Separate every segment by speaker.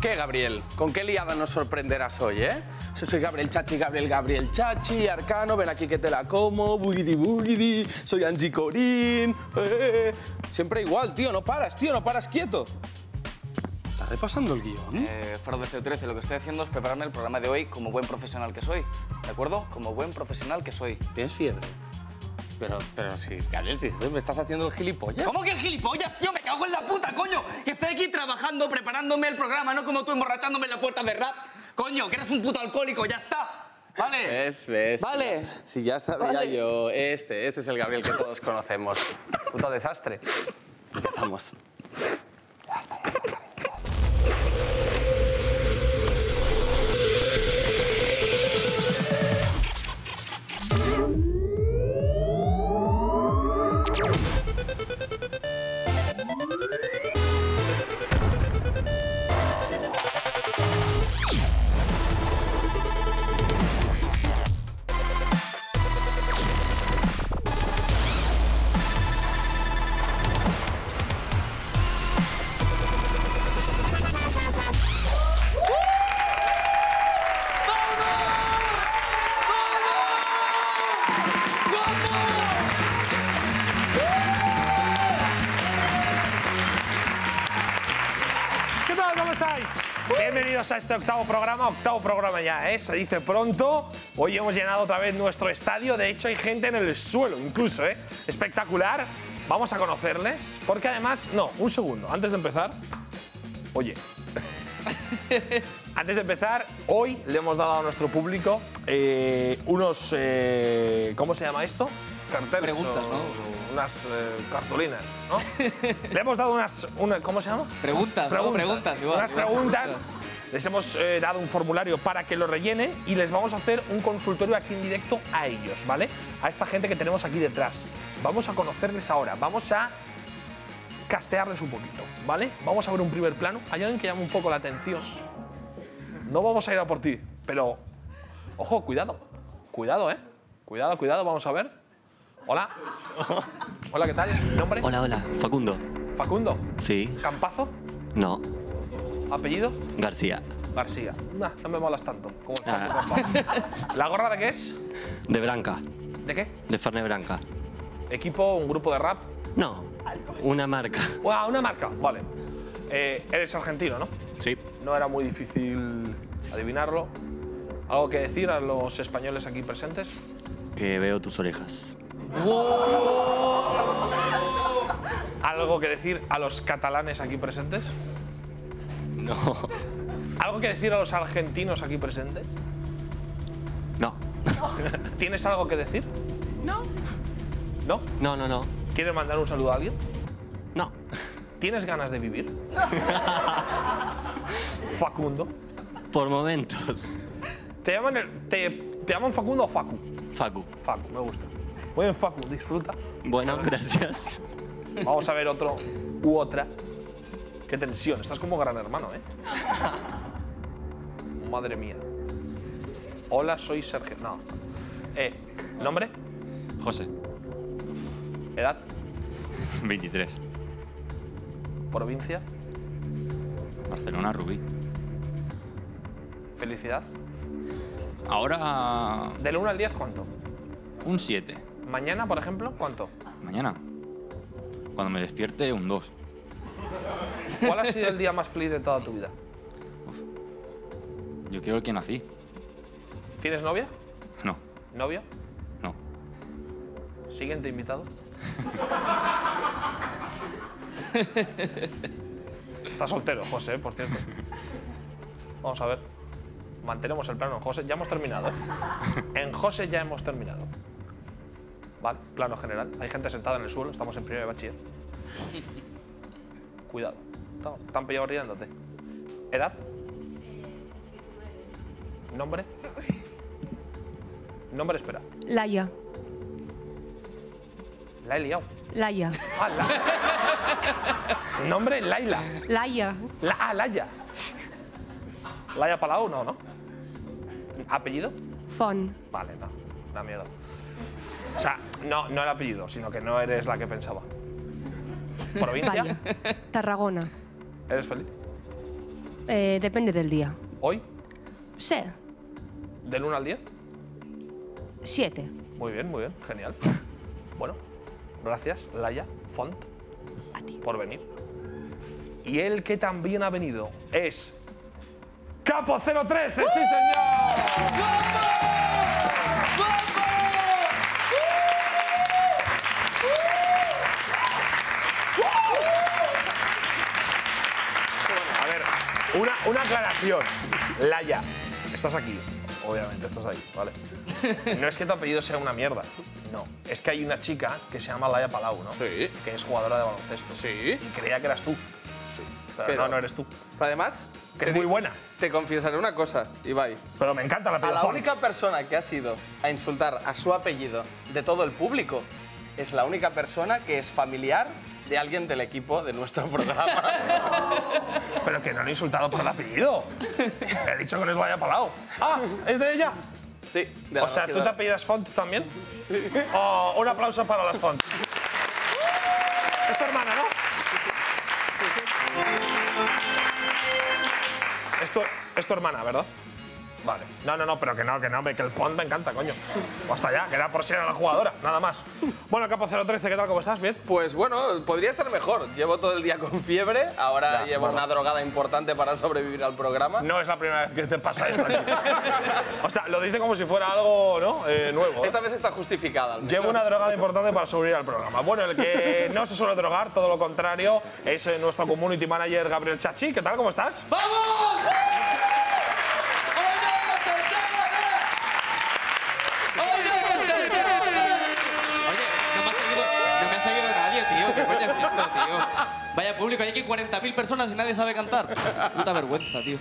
Speaker 1: ¿Qué, Gabriel? ¿Con qué liada nos sorprenderás hoy, eh? Yo soy Gabriel Chachi, Gabriel, Gabriel Chachi, Arcano, ven aquí que te la como, bugidi bugidi, soy Angie Corín. eh. Siempre igual, tío, no paras, tío, no paras quieto. ¿Estás repasando el guión?
Speaker 2: Eh, Faro de CO13, lo que estoy haciendo es prepararme el programa de hoy como buen profesional que soy. ¿De acuerdo? Como buen profesional que soy.
Speaker 1: Tienes fiebre. Pero, pero sí, Gabriel, tío, me estás haciendo el gilipollas.
Speaker 2: ¿Cómo que el gilipollas, tío? Me cago en la puta, coño. Que estoy aquí trabajando, preparándome el programa, no como tú emborrachándome en la puerta de Raz. Coño, que eres un puto alcohólico, ya está. Vale.
Speaker 1: Es, ves.
Speaker 2: Vale.
Speaker 1: Si ya sabía
Speaker 2: Vale.
Speaker 1: yo, este, este es el Gabriel que todos conocemos.
Speaker 2: Puto desastre.
Speaker 1: Vamos.
Speaker 3: ¿Qué tal? ¿Cómo estáis? Bienvenidos a este octavo programa, octavo programa ya, ¿eh? Se dice pronto. Hoy hemos llenado otra vez nuestro estadio, de hecho hay gente en el suelo incluso, ¿eh? Espectacular. Vamos a conocerles, porque además, no, un segundo, antes de empezar, oye. Antes de empezar, hoy le hemos dado a nuestro público eh, unos, eh, ¿cómo se llama esto? Carteles.
Speaker 2: Preguntas,
Speaker 3: o
Speaker 2: ¿no?
Speaker 3: Unas eh, cartulinas, ¿no? le hemos dado unas, una, ¿cómo se llama?
Speaker 2: Preguntas, ¿no? Preguntas, igual,
Speaker 3: unas
Speaker 2: igual,
Speaker 3: preguntas.
Speaker 2: preguntas.
Speaker 3: Les hemos eh, dado un formulario para que lo rellenen y les vamos a hacer un consultorio aquí en directo a ellos, ¿vale? A esta gente que tenemos aquí detrás. Vamos a conocerles ahora, vamos a castearles un poquito, ¿vale? Vamos a ver un primer plano. Hay alguien que llama un poco la atención. No vamos a ir a por ti, pero ojo, cuidado. Cuidado, ¿eh? Cuidado, cuidado, vamos a ver. Hola. Hola, ¿qué tal? ¿Nombre?
Speaker 4: Hola, hola.
Speaker 5: Facundo.
Speaker 3: Facundo.
Speaker 5: Sí.
Speaker 3: Campazo.
Speaker 5: No.
Speaker 3: Apellido.
Speaker 5: García.
Speaker 3: García. Nah, no me molas tanto. Como el Facundo Campazo. ¿La gorra de qué es?
Speaker 5: De Branca.
Speaker 3: ¿De qué?
Speaker 5: De Ferne Branca.
Speaker 3: ¿Equipo? ¿Un grupo de rap?
Speaker 5: No. Una marca.
Speaker 3: Ah, una marca, vale. Eh, eres argentino, ¿no?
Speaker 5: Sí.
Speaker 3: No era muy difícil adivinarlo. ¿Algo que decir a los españoles aquí presentes?
Speaker 5: Que veo tus orejas.
Speaker 3: ¿Algo que decir a los catalanes aquí presentes?
Speaker 5: No.
Speaker 3: ¿Algo que decir a los argentinos aquí presentes?
Speaker 5: No.
Speaker 3: ¿Tienes algo que decir? No. ¿No?
Speaker 5: No, no, no.
Speaker 3: ¿Quieres mandar un saludo a alguien?
Speaker 5: No.
Speaker 3: ¿Tienes ganas de vivir? Facundo.
Speaker 5: Por momentos.
Speaker 3: ¿Te llaman, el- te, te llaman Facundo o Facu?
Speaker 5: Facu.
Speaker 3: Facu, me gusta. Muy bien, Facu, disfruta.
Speaker 5: Bueno, gracias.
Speaker 3: Vamos a ver otro u otra. Qué tensión, estás como gran hermano, ¿eh? Madre mía. Hola, soy Sergio. No. Eh, ¿Nombre?
Speaker 6: José,
Speaker 3: ¿Edad?
Speaker 6: 23.
Speaker 3: ¿Provincia?
Speaker 6: Barcelona, Rubí.
Speaker 3: ¿Felicidad?
Speaker 6: Ahora
Speaker 3: ¿Del 1 al 10 cuánto?
Speaker 6: un 7.
Speaker 3: ¿Mañana, por ejemplo? ¿Cuánto?
Speaker 6: Mañana, cuando me despierte, un 2.
Speaker 3: ¿Cuál ha sido el día más feliz de toda tu vida?
Speaker 6: Yo creo que nací.
Speaker 3: ¿Tienes novia?
Speaker 6: No,
Speaker 3: ¿Novio?
Speaker 6: no.
Speaker 3: Siguiente invitado. Está soltero, José, por cierto. Vamos a ver. Mantenemos el plano en José. Ya hemos terminado. ¿eh? En José ya hemos terminado. Vale, plano general. Hay gente sentada en el suelo. Estamos en primera de bachiller. Cuidado. Están- Están pillado riéndote. ¿Edad? ¿Nombre? Nombre, espera.
Speaker 7: Laia,
Speaker 3: La he liado.
Speaker 7: Laia,
Speaker 3: Ah, la- Nombre Laila.
Speaker 7: Laia,
Speaker 3: La, ah, Laia. Laia Palau, no, ¿no? ¿Apellido?
Speaker 7: Font,
Speaker 3: Vale, no. Una mierda. O sea, no, no el apellido, sino que no eres la que pensaba. ¿Provincia?
Speaker 7: Valla, Tarragona,
Speaker 3: ¿Eres feliz?
Speaker 4: eh, depende del día.
Speaker 3: Hoy,
Speaker 4: Sí,
Speaker 3: del 1 al 10.
Speaker 4: siete.
Speaker 3: Muy bien, muy bien, genial. Bueno, gracias, Laia Font, por venir. Y el que también ha venido es. ¡Capo013! ¡Sí, señor! A ver, una, una aclaración. Laia, estás aquí. Obviamente, estás ahí, ¿vale? No es que tu apellido sea una mierda. No. Es que hay una chica que se llama Laia Palau, ¿no?
Speaker 1: Sí.
Speaker 3: Que es jugadora de baloncesto.
Speaker 1: Sí.
Speaker 3: Y creía que eras tú. Sí. Pero,
Speaker 1: Pero-
Speaker 3: no, no eres tú.
Speaker 1: Además,
Speaker 3: Que es muy buena.
Speaker 1: te confesaré una cosa, Ibai.
Speaker 3: Pero me encanta la
Speaker 1: A la
Speaker 3: pedazón.
Speaker 1: única persona que ha sido a insultar a su apellido de todo el público es la única persona que es familiar de alguien del equipo de nuestro programa.
Speaker 3: Pero que no lo he insultado por el apellido. he dicho que no es Laia Palau. Ah, es de ella.
Speaker 1: sí, de la
Speaker 3: O sea, ¿tú te
Speaker 1: regidora.
Speaker 3: apellidas Font también? Sí. Oh, un aplauso para las Font. es tu hermana, ¿no? Es tu, es tu hermana, ¿verdad? Vale. No, no, no, pero que no, que no, hombre, que el Font me encanta, coño. O hasta allá, que era por si era la jugadora, nada más. Bueno, Capo 013, ¿qué tal? ¿Cómo estás? ¿Bien?
Speaker 1: Pues bueno, podría estar mejor. Llevo todo el día con fiebre, ahora
Speaker 3: Ya,
Speaker 1: llevo
Speaker 3: bueno.
Speaker 1: una drogada importante para sobrevivir al programa.
Speaker 3: No es la primera vez que te pasa esto aquí. O sea, lo dice como si fuera algo, ¿no? Eh, nuevo. ¿eh?
Speaker 1: Esta vez está justificada. al menos.
Speaker 3: Llevo una drogada importante para subir al programa. Bueno, el que no se suele drogar, todo lo contrario, es eh, nuestro community manager Gabriel Chachi. ¿Qué tal? ¿Cómo estás?
Speaker 2: ¡Vamos! Oye, no me ha seguido, no me ha seguido nadie, tío. ¿Qué coño es esto, tío? Vaya público, hay aquí 40.000 personas y nadie sabe cantar. Puta vergüenza, tío.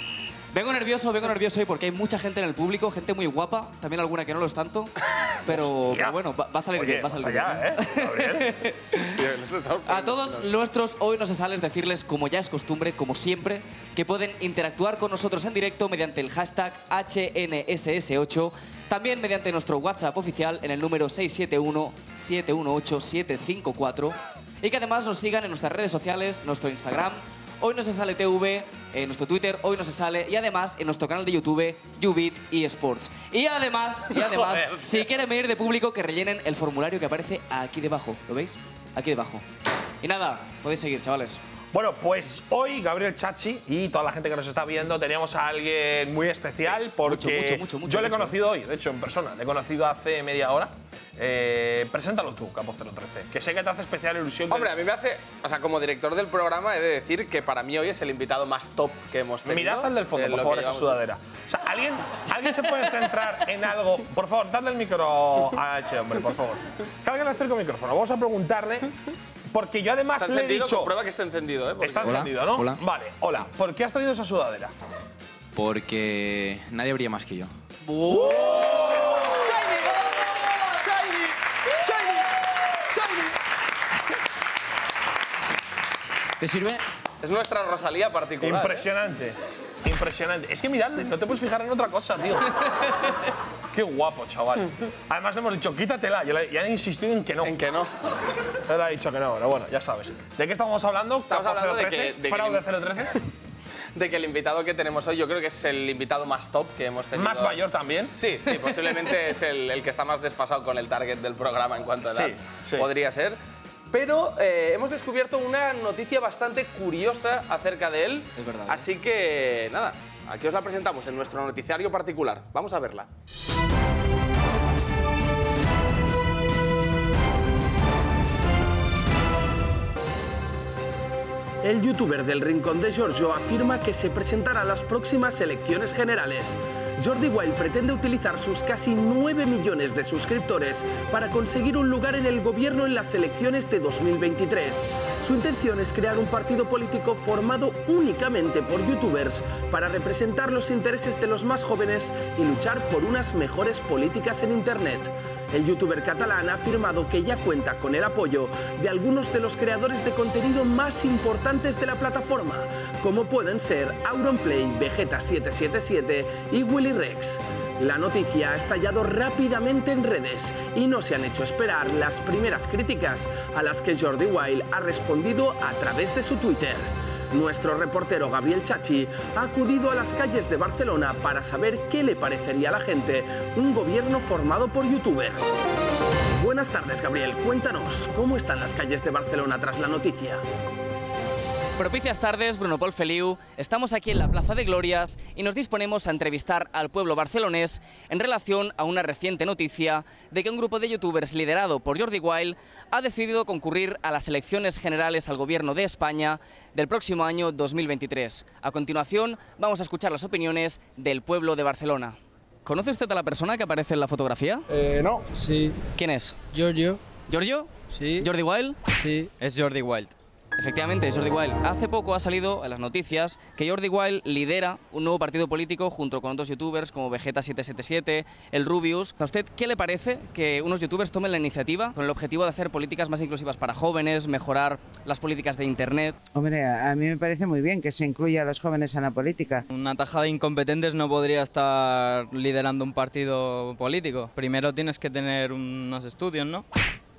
Speaker 2: Vengo nervioso, vengo nervioso hoy porque hay mucha gente en el público, gente muy guapa, también alguna que no lo es tanto. Pero,
Speaker 3: Hostia.
Speaker 2: pero bueno, va, va a salir
Speaker 3: Oye,
Speaker 2: bien, va a salir bien.
Speaker 3: hasta ya, ¿eh? Gabriel.
Speaker 2: A todos nuestros hoy no se sales decirles, como ya es costumbre, como siempre, que pueden interactuar con nosotros en directo mediante el hashtag HNSS8, también mediante nuestro WhatsApp oficial en el número 671-718-754 y que además nos sigan en nuestras redes sociales, nuestro Instagram, hoy no se sale TV, en nuestro Twitter, hoy no se sale y además en nuestro canal de YouTube, Ubit y Sports. Y además, y además,
Speaker 3: Joder, tío.
Speaker 2: si quieren venir de público, que rellenen el formulario que aparece aquí debajo. ¿Lo veis? Aquí debajo. Y nada, podéis seguir, chavales.
Speaker 3: Bueno, pues hoy Gabriel Chachi y toda la gente que nos está viendo teníamos a alguien muy especial porque
Speaker 2: mucho, mucho, mucho,
Speaker 3: yo le he
Speaker 2: mucho.
Speaker 3: conocido hoy, de hecho en persona, le he conocido hace media hora. Eh, preséntalo tú, Capo 013, que sé que te hace especial ilusión. que
Speaker 1: Hombre, a
Speaker 3: eres-
Speaker 1: mí me hace, o sea, como director del programa he de decir que para mí hoy es el invitado más top que hemos tenido.
Speaker 3: Mirad al del fondo,
Speaker 1: en
Speaker 3: por
Speaker 1: lo
Speaker 3: favor,
Speaker 1: que
Speaker 3: esa
Speaker 1: llevamos.
Speaker 3: sudadera. O sea, ¿alguien, ¿alguien se puede centrar en algo? Por favor, dadle el micro a ese hombre, por favor. Que alguien le acerque el micrófono. Vamos a preguntarle, porque yo además
Speaker 1: Está
Speaker 3: le he
Speaker 1: encendido,
Speaker 3: dicho…
Speaker 1: comprueba que está encendido, ¿eh? Porque-
Speaker 3: Está encendido, ¿no?
Speaker 7: hola.
Speaker 3: Vale, hola. ¿Por qué has traído esa sudadera?
Speaker 7: Porque nadie brilla más que yo. ¿Te sirve?
Speaker 1: Es nuestra Rosalía particular. ¿eh?
Speaker 3: Impresionante. Impresionante. Es que miradle, no te puedes fijar en otra cosa, tío. Qué guapo, chaval. Además le hemos dicho, quítatela. Y le- y han insistido en que no.
Speaker 1: ¿eh? En que no.
Speaker 3: Él ha dicho que no, pero bueno, ya sabes. ¿De qué estamos hablando?
Speaker 1: Estamos
Speaker 3: Capo
Speaker 1: hablando de
Speaker 3: 013,
Speaker 1: que- de que-
Speaker 3: fraude 013.
Speaker 1: De que el invitado que tenemos hoy, yo creo que es el invitado más top que hemos tenido.
Speaker 3: Más mayor también.
Speaker 1: Sí, sí, posiblemente es el, el que está más desfasado con el target del programa en cuanto a edad.
Speaker 3: Sí, sí.
Speaker 1: Podría ser. Pero eh, hemos descubierto una noticia bastante curiosa acerca de él.
Speaker 2: Es verdad, ¿eh?
Speaker 1: Así que, nada, aquí os la presentamos en nuestro noticiario particular. Vamos a verla. El youtuber del Rincón de Giorgio afirma que se presentará a las próximas elecciones generales. Jordi Wild pretende utilizar sus casi 9 millones de suscriptores para conseguir un lugar en el gobierno en las elecciones de 2023. Su intención es crear un partido político formado únicamente por youtubers para representar los intereses de los más jóvenes y luchar por unas mejores políticas en Internet. El youtuber catalán ha afirmado que ya cuenta con el apoyo de algunos de los creadores de contenido más importantes de la plataforma, como pueden ser Auronplay, Vegeta777 y Willy Rex. La noticia ha estallado rápidamente en redes y no se han hecho esperar las primeras críticas a las que Jordi Wild ha respondido a través de su Twitter. nuestro reportero Gabriel Chachi ha acudido a las calles de Barcelona para saber qué le parecería a la gente un gobierno formado por youtubers. Buenas tardes, Gabriel. Cuéntanos, ¿cómo están las calles de Barcelona tras la noticia?
Speaker 2: Propicias tardes, Bruno Paul Feliu. Estamos aquí en la Plaza de Glorias y nos disponemos a entrevistar al pueblo barcelonés en relación a una reciente noticia de que un grupo de youtubers liderado por Jordi Wild ha decidido concurrir a las elecciones generales al gobierno de España del próximo año 2023. A continuación, vamos a escuchar las opiniones del pueblo de Barcelona. ¿Conoce usted a la persona que aparece en la fotografía?
Speaker 8: Sí,
Speaker 2: ¿Quién es?
Speaker 8: Giorgio,
Speaker 2: ¿Giorgio?
Speaker 8: sí,
Speaker 2: ¿Jordi Wild?
Speaker 8: sí.
Speaker 7: Es Jordi Wild.
Speaker 2: Efectivamente, es Jordi Wild. Hace poco ha salido en las noticias que Jordi Wild lidera un nuevo partido político junto con otros youtubers como Vegeta777, el Rubius. ¿A usted qué le parece que unos youtubers tomen la iniciativa con el objetivo de hacer políticas más inclusivas para jóvenes, mejorar las políticas de Internet?
Speaker 9: Hombre, a a mí me parece muy bien que se incluya a los jóvenes en la política.
Speaker 8: Una tajada de incompetentes no podría estar liderando un partido político. Primero tienes que tener unos estudios, ¿no?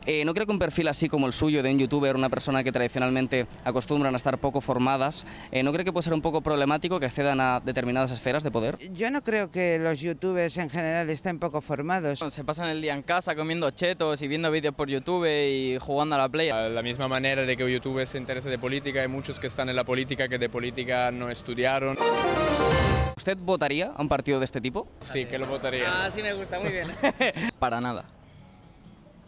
Speaker 2: Eh, no creo que un perfil así como el suyo de un youtuber, una persona que tradicionalmente acostumbran a estar poco formadas, eh, ¿no cree que puede ser un poco problemático que accedan a determinadas esferas de poder?
Speaker 9: Yo no creo que los youtubers en general estén poco formados.
Speaker 8: Se pasan el día en casa comiendo chetos y viendo vídeos por YouTube y jugando a la play.
Speaker 10: A La misma manera de que un youtuber se interesa de política, hay muchos que están en la política que de política no estudiaron.
Speaker 2: ¿Usted votaría a un partido de este tipo?
Speaker 10: Sí, que lo votaría.
Speaker 2: Ah, sí me gusta, muy bien.
Speaker 8: Para nada.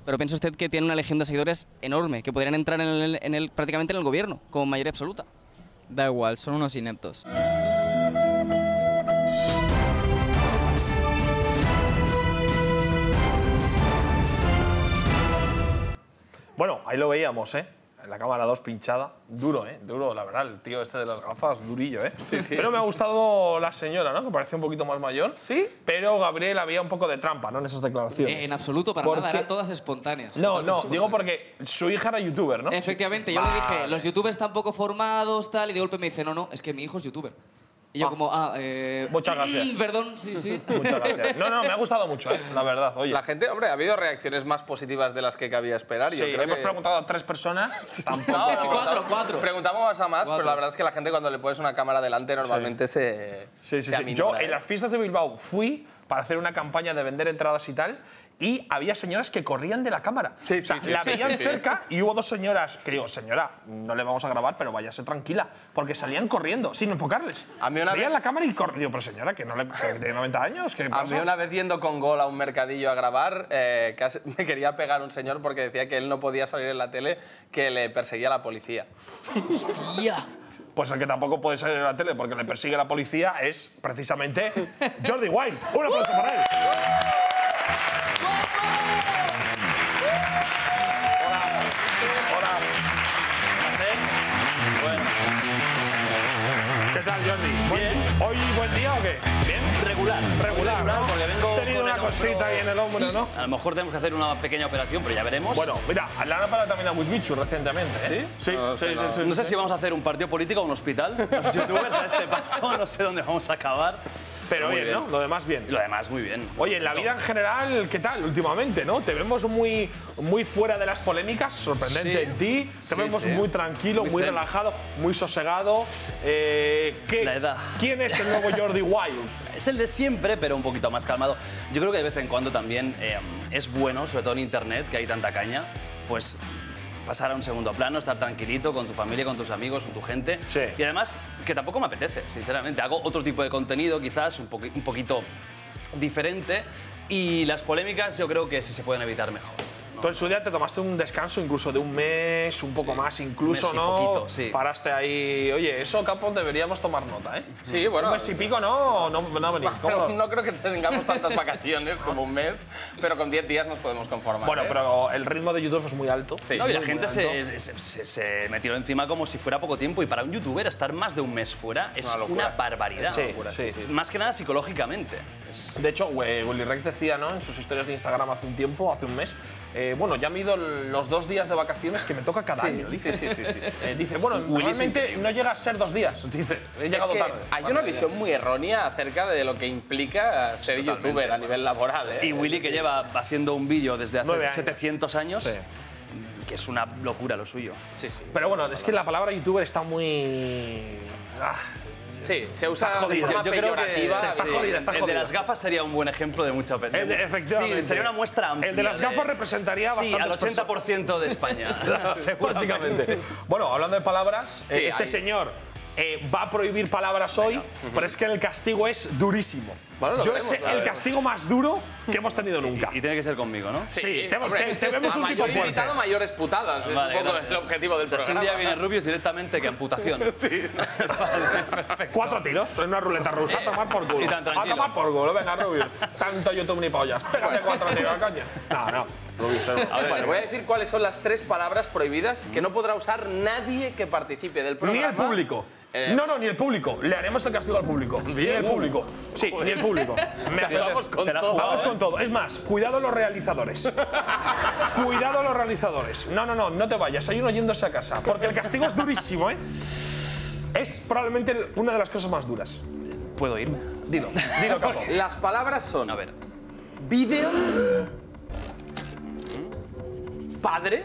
Speaker 2: Pero piensa usted que tiene una legión de seguidores enorme, que podrían entrar en el, en el- prácticamente en el gobierno, con mayoría absoluta.
Speaker 8: Da igual, son unos ineptos.
Speaker 3: Bueno, ahí lo veíamos, ¿eh? En la cámara 2 pinchada. Duro, ¿eh? Duro, la verdad. El tío este de las gafas, durillo, ¿eh? Pero me ha gustado la señora, ¿no? Que parecía un poquito más mayor. Sí. Pero Gabriel había un poco de trampa, ¿no? En esas declaraciones.
Speaker 2: en absoluto, para
Speaker 3: ¿Por
Speaker 2: nada,
Speaker 3: qué?
Speaker 2: eran todas espontáneas.
Speaker 3: No,
Speaker 2: Todas
Speaker 3: no,
Speaker 2: espontáneas.
Speaker 3: digo porque su hija era youtuber, ¿no?
Speaker 2: Eh. Efectivamente, yo le dije, los youtubers están poco formados, tal, y de golpe me dice, no, no, es que mi hijo es youtuber. Y yo
Speaker 3: Ah.
Speaker 2: como, ah, eh...
Speaker 3: Muchas gracias.
Speaker 2: mm, Perdón, sí, sí.
Speaker 3: Muchas gracias. No, no, me ha gustado mucho, ¿eh? La verdad, oye.
Speaker 1: La gente, hombre, ha habido reacciones más positivas de las que cabía esperar.
Speaker 3: Sí,
Speaker 1: Yo creo
Speaker 3: hemos
Speaker 1: que-
Speaker 3: preguntado a tres personas. Tampoco.
Speaker 1: No, no,
Speaker 2: Cuatro,
Speaker 1: preguntamos-
Speaker 2: cuatro.
Speaker 1: Preguntamos a más, pero
Speaker 2: Cuatro.
Speaker 1: la verdad es que la gente cuando le pones una cámara delante normalmente se.
Speaker 3: Sí, sí,
Speaker 1: se
Speaker 3: sí.
Speaker 1: aminora,
Speaker 3: Yo
Speaker 1: ¿eh?
Speaker 3: en las fiestas de Bilbao fui para hacer una campaña de vender entradas y tal, y había señoras que corrían de la cámara.
Speaker 1: Sí, sí,
Speaker 3: O sea,
Speaker 1: sí,
Speaker 3: la
Speaker 1: sí,
Speaker 3: veían
Speaker 1: sí, sí.
Speaker 3: cerca y hubo dos señoras que digo, señora, no le vamos a grabar, pero váyase tranquila, porque salían corriendo, sin enfocarles.
Speaker 1: A mí una
Speaker 3: Veían
Speaker 1: vez-
Speaker 3: la cámara y corrían. Digo, pero señora, que no le que tiene 90 años, ¿qué
Speaker 1: A
Speaker 3: pasa?
Speaker 1: mí una vez yendo con Gol a un mercadillo a grabar, eh, casi- me quería pegar un señor porque decía que él no podía salir en la tele, que le perseguía la policía.
Speaker 2: Ya.
Speaker 3: Pues el que tampoco puede salir en la tele porque le persigue la policía es precisamente Jordi Wild. Un aplauso para él. Hola. Hola. ¿Qué tal, Jordi? Buen- ¿Hoy buen día o qué? Bien.
Speaker 11: Regular.
Speaker 3: Regular, ¿no?
Speaker 11: Porque vengo
Speaker 3: He tenido
Speaker 11: con el
Speaker 3: una cosita
Speaker 11: hombro-
Speaker 3: ahí en el hombro,
Speaker 11: Sí.
Speaker 3: ¿no?
Speaker 11: A lo mejor tenemos que hacer una pequeña operación, pero ya veremos.
Speaker 3: Bueno, mira, le han parado también a Wismichu recientemente. ¿eh? Sí, sí, sí, sí, sí,
Speaker 11: no sé
Speaker 3: sí.
Speaker 11: si vamos a hacer un partido político o un hospital. Los youtubers a este paso, no sé dónde vamos a acabar.
Speaker 3: Pero
Speaker 11: muy
Speaker 3: bien, ¿no? Lo demás bien.
Speaker 11: Y lo demás, muy bien.
Speaker 3: Oye, en la vida en general, ¿qué tal últimamente, no? Te vemos muy, muy fuera de las polémicas, sorprendente
Speaker 11: Sí.
Speaker 3: en ti. Te
Speaker 11: Sí,
Speaker 3: vemos
Speaker 11: sí.
Speaker 3: muy tranquilo, muy,
Speaker 11: Muy zen.
Speaker 3: relajado, muy sosegado. Eh, ¿qué-
Speaker 11: La edad.
Speaker 3: ¿Quién es el nuevo Jordi Wild?
Speaker 11: Es el de siempre, pero un poquito más calmado. Yo creo que de vez en cuando también eh, es bueno, sobre todo en internet, que hay tanta caña, pues pasar a un segundo plano, estar tranquilito con tu familia, con tus amigos, con tu gente.
Speaker 3: Sí.
Speaker 11: Y además, que tampoco me apetece, sinceramente. Hago otro tipo de contenido, quizás un, poqui- un poquito diferente. Y las polémicas yo creo que sí se pueden evitar mejor.
Speaker 3: Tú en su día te tomaste un descanso incluso de un mes, un poco más incluso,
Speaker 11: mes y
Speaker 3: ¿no?
Speaker 11: poquito, sí.
Speaker 3: Paraste ahí. Oye, eso, Capo, deberíamos tomar nota, ¿eh?
Speaker 1: Sí, bueno.
Speaker 3: Un mes y pico, ¿no? No, no venís. ¿Cómo
Speaker 1: Pero
Speaker 3: lo-
Speaker 1: no creo que tengamos tantas vacaciones como un mes, pero con 10 días nos podemos conformar.
Speaker 3: Bueno,
Speaker 1: ¿eh?
Speaker 3: pero el ritmo de YouTube es muy alto.
Speaker 1: Sí.
Speaker 11: No, y la
Speaker 1: Muy
Speaker 11: gente
Speaker 1: bueno.
Speaker 11: se, se, se- se me tiró encima como si fuera poco tiempo. Y para un youtuber estar más de un mes fuera es, una,
Speaker 1: locura.
Speaker 11: barbaridad.
Speaker 3: Sí, sí, sí.
Speaker 11: Más que nada psicológicamente.
Speaker 3: De hecho, we- Willy Rex decía ¿no? en sus historias de Instagram hace un tiempo, hace un mes, eh, bueno, ya me he ido los dos días de vacaciones que me toca cada año. Dice, sí, sí, sí, dice, bueno, normalmente no llega a ser dos días. Dice, he
Speaker 1: Es
Speaker 3: llegado
Speaker 1: que
Speaker 3: tarde.
Speaker 1: hay una visión muy errónea acerca de lo que implica ser
Speaker 11: Totalmente.
Speaker 1: youtuber a nivel laboral. ¿eh?
Speaker 11: Y Willy, que lleva haciendo un vídeo desde hace
Speaker 3: Nueve años.
Speaker 11: 700 años, que es una locura lo suyo.
Speaker 1: Sí, sí.
Speaker 3: Pero bueno, es que la palabra youtuber está muy. Ah,
Speaker 1: Sí, se usa
Speaker 11: Está
Speaker 1: de
Speaker 11: jodido.
Speaker 1: forma
Speaker 11: Yo creo que
Speaker 1: peyorativa.
Speaker 11: está
Speaker 1: sí.
Speaker 11: jodida, está El de las gafas sería un buen ejemplo de mucha pena.
Speaker 3: El de- efectivamente.
Speaker 11: Sí, sería una muestra amplia.
Speaker 3: El de las gafas representaría
Speaker 11: sí,
Speaker 3: bastantes
Speaker 11: al 80% de España.
Speaker 3: Básicamente. Bueno, hablando de palabras,
Speaker 11: Sí,
Speaker 3: eh, este
Speaker 11: ahí.
Speaker 3: señor eh, va a prohibir palabras hoy, pero es que el castigo es durísimo.
Speaker 11: Bueno, lo
Speaker 3: Yo
Speaker 11: veremos,
Speaker 3: sé
Speaker 11: lo
Speaker 3: el
Speaker 11: veremos.
Speaker 3: castigo más duro que hemos tenido nunca.
Speaker 11: Y tiene que ser conmigo, ¿no?
Speaker 3: Sí,
Speaker 1: Eh,
Speaker 3: te, te- te vemos
Speaker 1: A
Speaker 3: un tipo
Speaker 1: mayor
Speaker 3: fuerte.
Speaker 1: invitado, mayores putadas.
Speaker 11: Vale,
Speaker 1: es un poco
Speaker 11: gracias.
Speaker 1: el objetivo del
Speaker 11: O sea, si
Speaker 1: programa.
Speaker 11: un día viene Rubius directamente, que amputación.
Speaker 1: Sí.
Speaker 3: Cuatro tiros en una ruleta rusa, a tomar por culo.
Speaker 11: Eh. Y tan
Speaker 3: a
Speaker 11: tranquilo.
Speaker 3: tomar por culo, venga, Rubius. Tanto YouTube ni pollas. Espérate cuatro tiros, coño. No, no. Rubius, es-
Speaker 1: A ver, bueno, voy a decir cuáles son las tres palabras prohibidas que no podrá usar nadie que participe del
Speaker 3: Ni
Speaker 1: programa.
Speaker 3: el público.
Speaker 1: Eh,
Speaker 3: no, no, ni el público. Le haremos el castigo al público. Ni el público. Sí, ni el público. Me
Speaker 11: Te la-
Speaker 3: apetece.
Speaker 11: te la has jugado,
Speaker 3: Vamos
Speaker 11: ¿eh?
Speaker 3: con todo. Es más, cuidado los realizadores. cuidado los realizadores. No, no, no, no te vayas. Hay uno yéndose a casa. Porque el castigo es durísimo, ¿eh? Es probablemente el- una de las cosas más duras.
Speaker 11: ¿Puedo irme?
Speaker 3: Dilo, dilo, capo.
Speaker 1: Las palabras son.
Speaker 11: A ver.
Speaker 1: Vídeo. Padre.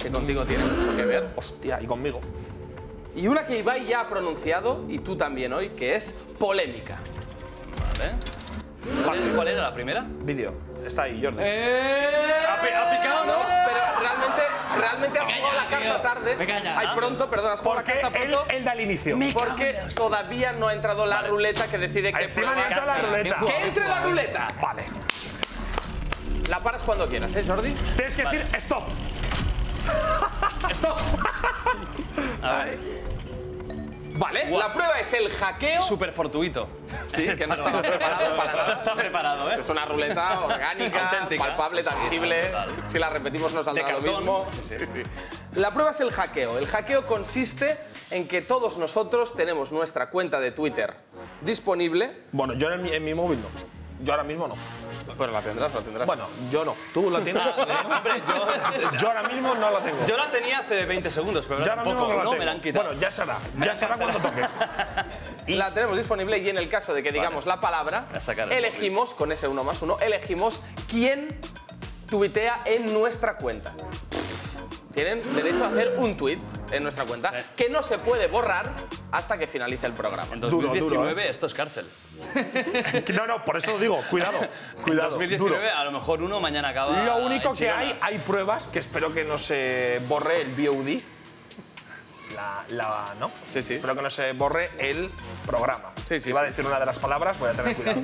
Speaker 1: Que contigo tiene mucho que ver.
Speaker 3: Hostia, y conmigo.
Speaker 1: Y una que Ibai ya ha pronunciado, y tú también hoy, que es polémica.
Speaker 11: Vale. ¿Cuál, era- cuál era la primera?
Speaker 3: Vídeo. Está ahí, Jordi.
Speaker 11: ¿Ha, pi- ha picado,
Speaker 1: No,
Speaker 11: no?
Speaker 1: pero realmente, realmente has jugado la carta tarde.
Speaker 2: Me calla,
Speaker 1: Ay,
Speaker 2: ¿no?
Speaker 1: pronto, perdón, has jugado la
Speaker 3: Porque
Speaker 1: carta
Speaker 3: él,
Speaker 1: pronto.
Speaker 3: él da el inicio.
Speaker 1: Porque todavía no ha entrado la ruleta que decide que
Speaker 3: Encima ni
Speaker 1: prueba-
Speaker 3: entra la
Speaker 2: Casi.
Speaker 3: ruleta.
Speaker 2: Bien
Speaker 1: ¡Que entre la ruleta!
Speaker 3: Vale.
Speaker 1: La paras cuando quieras, ¿eh, Jordi?
Speaker 3: Tienes que decir stop. stop.
Speaker 1: Vale, la prueba es el hackeo.
Speaker 11: Súper fortuito.
Speaker 1: Sí, que no estaba preparado para
Speaker 11: No
Speaker 1: nada.
Speaker 11: está preparado, ¿eh?
Speaker 1: Es una ruleta orgánica,
Speaker 11: Auténtica.
Speaker 1: palpable,
Speaker 11: Sí, sí,
Speaker 1: tangible. Si la repetimos no saldrá
Speaker 11: De
Speaker 1: lo
Speaker 11: cartón.
Speaker 1: mismo. La prueba es el hackeo. El hackeo consiste en que todos nosotros tenemos nuestra cuenta de Twitter disponible.
Speaker 3: Bueno, yo en mi, en mi móvil no. Yo ahora mismo no.
Speaker 1: Pero la tendrás, la tendrás.
Speaker 3: Bueno, yo no. ¿Tú la tienes?
Speaker 11: Hombre, yo,
Speaker 3: yo ahora mismo no la tengo.
Speaker 11: yo la tenía hace 20 segundos, pero
Speaker 3: Yo ahora
Speaker 11: ahora
Speaker 3: mismo no
Speaker 11: tampoco,
Speaker 3: la
Speaker 11: no,
Speaker 3: tengo.
Speaker 11: me la han quitado.
Speaker 3: Bueno, ya será. Ya será cuando toque.
Speaker 1: La tenemos disponible y en el caso de que digamos la palabra,
Speaker 11: La sacaré.
Speaker 1: elegimos, con ese uno más uno, elegimos quién tuitea en nuestra cuenta. Tienen derecho a hacer un tweet en nuestra cuenta
Speaker 11: Eh.
Speaker 1: que no se puede borrar hasta que finalice el programa.
Speaker 11: en
Speaker 3: duro, ¿eh? duro,
Speaker 11: 2019 esto es cárcel.
Speaker 3: No, no, por eso digo, cuidado.
Speaker 11: en
Speaker 3: Cuidado.
Speaker 11: 2019 a lo mejor uno mañana
Speaker 3: duro.
Speaker 11: acaba
Speaker 3: Lo único
Speaker 11: en
Speaker 3: que
Speaker 11: Girona.
Speaker 3: hay, hay pruebas que espero que no se borre el VOD. La, la, ¿no?
Speaker 1: Sí, sí.
Speaker 3: Espero que no se borre el programa.
Speaker 1: Sí, sí,
Speaker 3: Iba a
Speaker 1: sí.
Speaker 3: decir una de las palabras, voy a tener cuidado.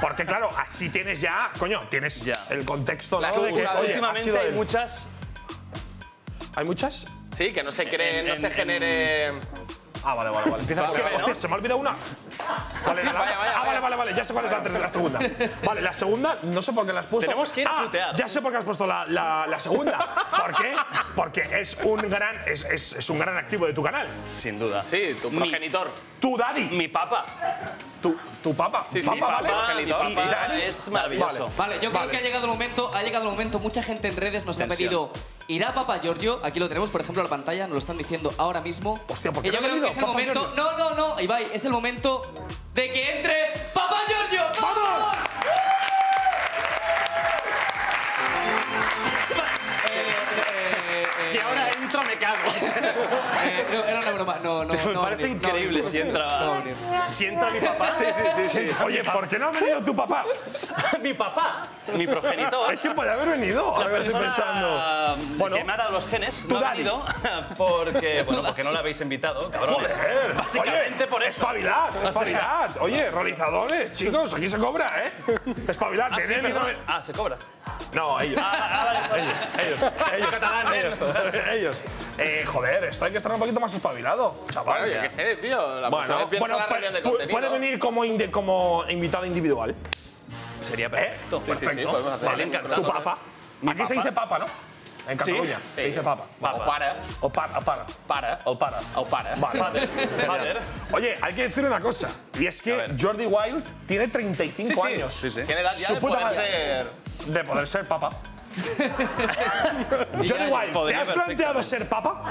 Speaker 3: Porque claro, así tienes ya, coño, tienes
Speaker 11: Ya.
Speaker 3: el contexto,
Speaker 1: La
Speaker 3: ¿no? De que,
Speaker 1: excusa,
Speaker 3: oye, ha
Speaker 11: Últimamente
Speaker 3: sido
Speaker 11: hay
Speaker 3: él.
Speaker 11: muchas
Speaker 3: ¿Hay muchas?
Speaker 1: Sí, que no se cree,
Speaker 11: En-
Speaker 1: no
Speaker 11: en-
Speaker 1: se
Speaker 11: en-
Speaker 1: genere.
Speaker 3: Ah, vale, vale, vale. Empieza
Speaker 11: Vale,
Speaker 3: es que,
Speaker 11: vale,
Speaker 3: hostia,
Speaker 11: ¿no?
Speaker 3: se me ha olvidado una. ¿Cuál era la
Speaker 1: vaya,
Speaker 3: otra?
Speaker 1: vaya,
Speaker 3: ah,
Speaker 1: vaya.
Speaker 3: vale, vale, vale. Ya sé cuál es la, tercera- la segunda. Vale, la segunda, no sé por qué la has puesto.
Speaker 11: Tenemos que ir a
Speaker 3: Ah,
Speaker 11: putear.
Speaker 3: Ya sé por qué has puesto la, la- la segunda. ¿Por qué? Porque es un gran, es, es- es un gran activo de tu canal.
Speaker 11: Sin duda.
Speaker 1: Sí, tu
Speaker 11: Mi-
Speaker 1: progenitor.
Speaker 3: Tu daddy.
Speaker 11: Mi papá.
Speaker 3: Tu, tu papa.
Speaker 1: Sí, sí,
Speaker 3: Papa,
Speaker 1: mi
Speaker 3: ¿vale?
Speaker 1: papá,
Speaker 11: mi
Speaker 1: Y- y
Speaker 11: papá
Speaker 3: daddy.
Speaker 11: es maravilloso.
Speaker 3: Vale.
Speaker 2: Vale, yo creo que ha llegado el momento, ha llegado el momento, mucha gente en redes nos ha
Speaker 11: Tensión.
Speaker 2: pedido, ¿irá Papa Giorgio? Aquí lo tenemos, por ejemplo, en la pantalla, nos lo están diciendo ahora mismo.
Speaker 3: Hostia, ¿por qué
Speaker 2: Y yo
Speaker 3: no ha
Speaker 2: creo
Speaker 3: venido
Speaker 2: que es el
Speaker 3: Papa
Speaker 2: momento,
Speaker 3: Giorgio?
Speaker 2: no, no, no, Ibai, es el momento de que entre Papa Giorgio. ¡Vamos! Eh, eh,
Speaker 5: Si ahora entro, me cago.
Speaker 2: eh, no, era una broma, no, no,
Speaker 11: Me
Speaker 2: no va a
Speaker 11: parece
Speaker 2: venir, no va a
Speaker 11: increíble
Speaker 2: venir.
Speaker 11: si entra.
Speaker 2: No va a venir.
Speaker 11: si entra mi papá. Sí, sí, sí.
Speaker 3: Oye, ¿por qué no ha venido tu papá?
Speaker 11: mi papá. Mi progenitor.
Speaker 3: Es que podía haber venido. A
Speaker 11: La
Speaker 3: ver, estoy
Speaker 11: persona
Speaker 3: pensando. Bueno,
Speaker 11: que me ha dado um, los genes
Speaker 3: tu
Speaker 11: no ha
Speaker 3: daddy.
Speaker 11: venido porque, bueno, porque no la habéis invitado, cabrones.
Speaker 3: Joder,
Speaker 11: Básicamente
Speaker 3: oye,
Speaker 11: por eso.
Speaker 3: Espabilad,
Speaker 11: sea-
Speaker 3: espabilad. Oye, realizadores, chicos, aquí se cobra, ¿eh? Espabilad,
Speaker 11: Ah, sí,
Speaker 3: tened-
Speaker 11: perdón. Ah, se cobra.
Speaker 3: No, ellos.
Speaker 11: Ah, vale, vale.
Speaker 3: ellos, ellos, ellos,
Speaker 11: catalán, ¿eh?
Speaker 3: ellos, ellos. Eh, joder, esto hay que estar un poquito más espabilado, chaval.
Speaker 1: Bueno, yo qué sé, tío. La
Speaker 3: Bueno,
Speaker 1: próxima vez Pues piensa
Speaker 3: bueno,
Speaker 1: en la reunión de
Speaker 3: pu-
Speaker 1: contenido.
Speaker 3: puede venir como, inde- como invitado individual. ¿Eh?
Speaker 11: Sería perfecto.
Speaker 3: Perfecto.
Speaker 11: perfecto.
Speaker 1: podemos hacer.
Speaker 11: Vale, encantado.
Speaker 3: Tu papa. Aquí se
Speaker 11: papa.
Speaker 3: dice papa, ¿no? En Cataluña se
Speaker 1: sí.
Speaker 3: dice papa.
Speaker 1: O para,
Speaker 3: O para, o para.
Speaker 1: para,
Speaker 3: O para.
Speaker 1: o para.
Speaker 3: Vale.
Speaker 11: Father, father.
Speaker 3: Oye, hay que decir una cosa. Y es que Jordi Wild tiene 35
Speaker 1: Sí, sí.
Speaker 3: años.
Speaker 1: Tiene edad ya
Speaker 3: Su
Speaker 1: de
Speaker 3: puta
Speaker 1: poder
Speaker 3: madre.
Speaker 1: ser-
Speaker 3: De poder ser papa. Johnny
Speaker 2: ya
Speaker 3: Wild, ¿te
Speaker 11: podría
Speaker 3: has planteado ser papa?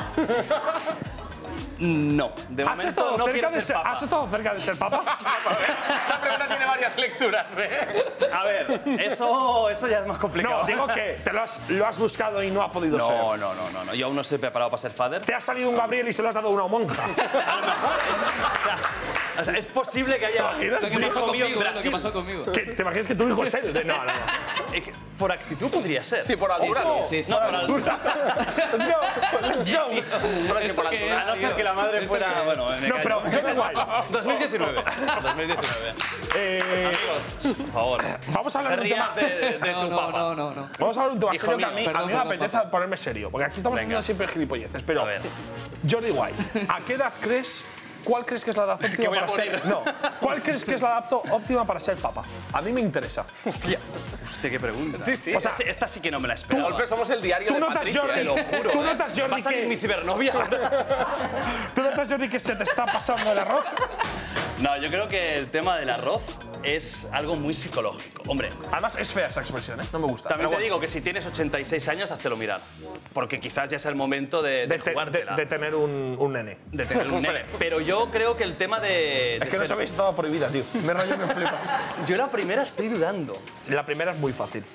Speaker 11: No, de
Speaker 3: ¿Has
Speaker 11: momento
Speaker 3: estado,
Speaker 11: no
Speaker 3: cerca
Speaker 11: quiero
Speaker 3: de
Speaker 11: ser
Speaker 3: ser,
Speaker 11: papa.
Speaker 3: ¿Has estado cerca de ser papa?
Speaker 1: Esa pregunta tiene varias lecturas, ¿eh?
Speaker 11: A ver, eso, eso ya es más complicado.
Speaker 3: No, digo que te lo has, lo has buscado y no ha podido
Speaker 11: No,
Speaker 3: ser.
Speaker 11: no, no, no, no, yo aún no estoy preparado para ser father.
Speaker 3: Te ha salido un Gabriel y se lo has dado a una monja.
Speaker 11: O sea, es posible
Speaker 3: ¿Te
Speaker 11: que haya
Speaker 3: imaginas?
Speaker 2: Lo que
Speaker 11: un
Speaker 2: pasó
Speaker 11: hijo mío en
Speaker 2: conmigo, lo que
Speaker 11: Brasil.
Speaker 2: pasó conmigo.
Speaker 3: ¿Qué- ¿Te imaginas que tu hijo es él? De- No, no, no.
Speaker 11: Eh, que Por actitud podría ser.
Speaker 1: Sí, por altura.
Speaker 11: No,
Speaker 2: sí, sí,
Speaker 11: no,
Speaker 2: por
Speaker 11: por
Speaker 3: Dura. Let's go. Let's go.
Speaker 1: Por aquí, por
Speaker 2: ¿Esto qué
Speaker 1: altura.
Speaker 11: A no ser que la madre fuera. Bueno,
Speaker 7: eh,
Speaker 11: me
Speaker 3: No,
Speaker 11: callo.
Speaker 3: pero yo da igual.
Speaker 11: 2019. 2019.
Speaker 3: Eh,
Speaker 11: Amigos, por favor.
Speaker 3: vamos a hablar de un tema.
Speaker 11: Rías de, de
Speaker 2: No,
Speaker 11: tu
Speaker 2: no,
Speaker 11: papá.
Speaker 2: no, no, no.
Speaker 3: Vamos a hablar de un tema
Speaker 11: Hijo
Speaker 3: serio que a
Speaker 11: mío,
Speaker 3: mí, a
Speaker 2: perdón,
Speaker 3: mí me
Speaker 2: perdón,
Speaker 3: apetece
Speaker 2: papá.
Speaker 3: ponerme serio, porque aquí estamos
Speaker 11: Venga.
Speaker 3: haciendo siempre gilipolleces, pero
Speaker 11: A ver.
Speaker 3: Jordi White, ¿a qué edad crees cuál crees que es la edad óptima
Speaker 11: voy a
Speaker 3: para ser?
Speaker 11: morir.
Speaker 3: No, ¿cuál crees que es la edad óptima para ser papá? A mí me interesa.
Speaker 11: Hostia, qué pregunta.
Speaker 1: Sí, sí.
Speaker 11: O sea, esta sí que no me la
Speaker 1: De
Speaker 11: esperaba.
Speaker 1: golpe somos el diario
Speaker 3: Tú
Speaker 1: de
Speaker 3: notas
Speaker 1: Patricia,
Speaker 3: Jordi,
Speaker 1: ¿eh?
Speaker 3: tú notas
Speaker 11: ¿Va a
Speaker 3: Jordi
Speaker 11: salir mi
Speaker 3: que
Speaker 11: cibernovia?
Speaker 3: tú notas Jordi que se te está pasando el arroz.
Speaker 11: No, yo creo que el tema del arroz es algo muy psicológico. Hombre,
Speaker 3: Además es fea esa expresión, ¿eh? No me gusta. pero
Speaker 11: también te
Speaker 3: bueno.
Speaker 11: digo que si tienes 86 años, háztelo mirar. Porque quizás ya es el momento de, de,
Speaker 3: de, te-
Speaker 11: jugártela,
Speaker 3: de- de tener un, un nene.
Speaker 11: de tener un nene. Pero yo creo que el tema de. de
Speaker 3: Es que no
Speaker 11: ser-
Speaker 3: sabéis estaba prohibida, tío. Me rayo me flipa.
Speaker 11: Yo la primera estoy dudando.
Speaker 3: La primera es muy fácil.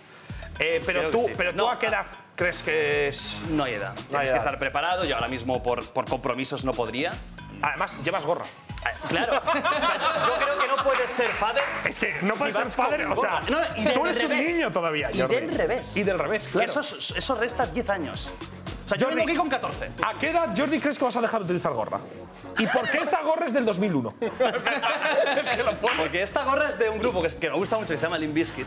Speaker 3: Eh, pero
Speaker 11: Creo que
Speaker 3: tú,
Speaker 11: sí.
Speaker 3: pero
Speaker 11: No.
Speaker 3: tú a qué edad crees que es
Speaker 11: No hay edad. Tienes
Speaker 3: edad.
Speaker 11: que estar preparado. Yo ahora mismo por, por compromisos no podría.
Speaker 3: Además, llevas gorra.
Speaker 11: Ah, Claro. O sea, yo creo que no puedes ser padre.
Speaker 3: Es que no
Speaker 11: Si
Speaker 3: puedes
Speaker 11: vas
Speaker 3: ser padre,
Speaker 11: con
Speaker 3: o sea,
Speaker 11: gorra. No, y del
Speaker 3: tú eres
Speaker 11: revés.
Speaker 3: un niño todavía.
Speaker 11: Y
Speaker 3: Jordi.
Speaker 11: del revés.
Speaker 3: Y del revés, claro.
Speaker 11: Eso, es- eso resta 10 años. O sea, yo
Speaker 3: Jordi.
Speaker 11: vengo aquí con 14.
Speaker 3: ¿A qué edad, Jordi, crees que vas a dejar de utilizar gorra? ¿Y por qué esta gorra es del 2001?
Speaker 11: Porque esta gorra es de un grupo que, es- que me gusta mucho, que se llama Limp Bizkit.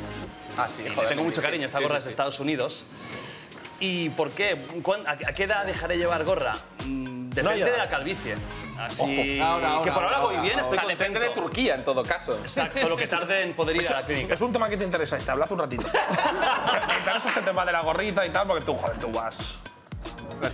Speaker 11: Ah, sí. tengo mucho cariño. Esta gorra es de Estados Unidos. ¿Y por qué? ¿Cuán- ¿A a qué edad dejaré llevar gorra? Mm,
Speaker 3: No hay
Speaker 11: Depende
Speaker 3: edad.
Speaker 11: de la calvicie. Así
Speaker 2: Ahora, ahora,
Speaker 11: que por ahora
Speaker 2: ahora,
Speaker 11: voy bien,
Speaker 2: ahora.
Speaker 11: estoy
Speaker 1: O sea, depende de
Speaker 11: contento.
Speaker 1: Turquía, en todo caso.
Speaker 11: Exacto, lo que tarde en poder ir a la clínica.
Speaker 3: es un tema que te interesa, este. Hablad un ratito. te interesa este tema de la gorrita y tal, porque tú, joder, tú vas. No,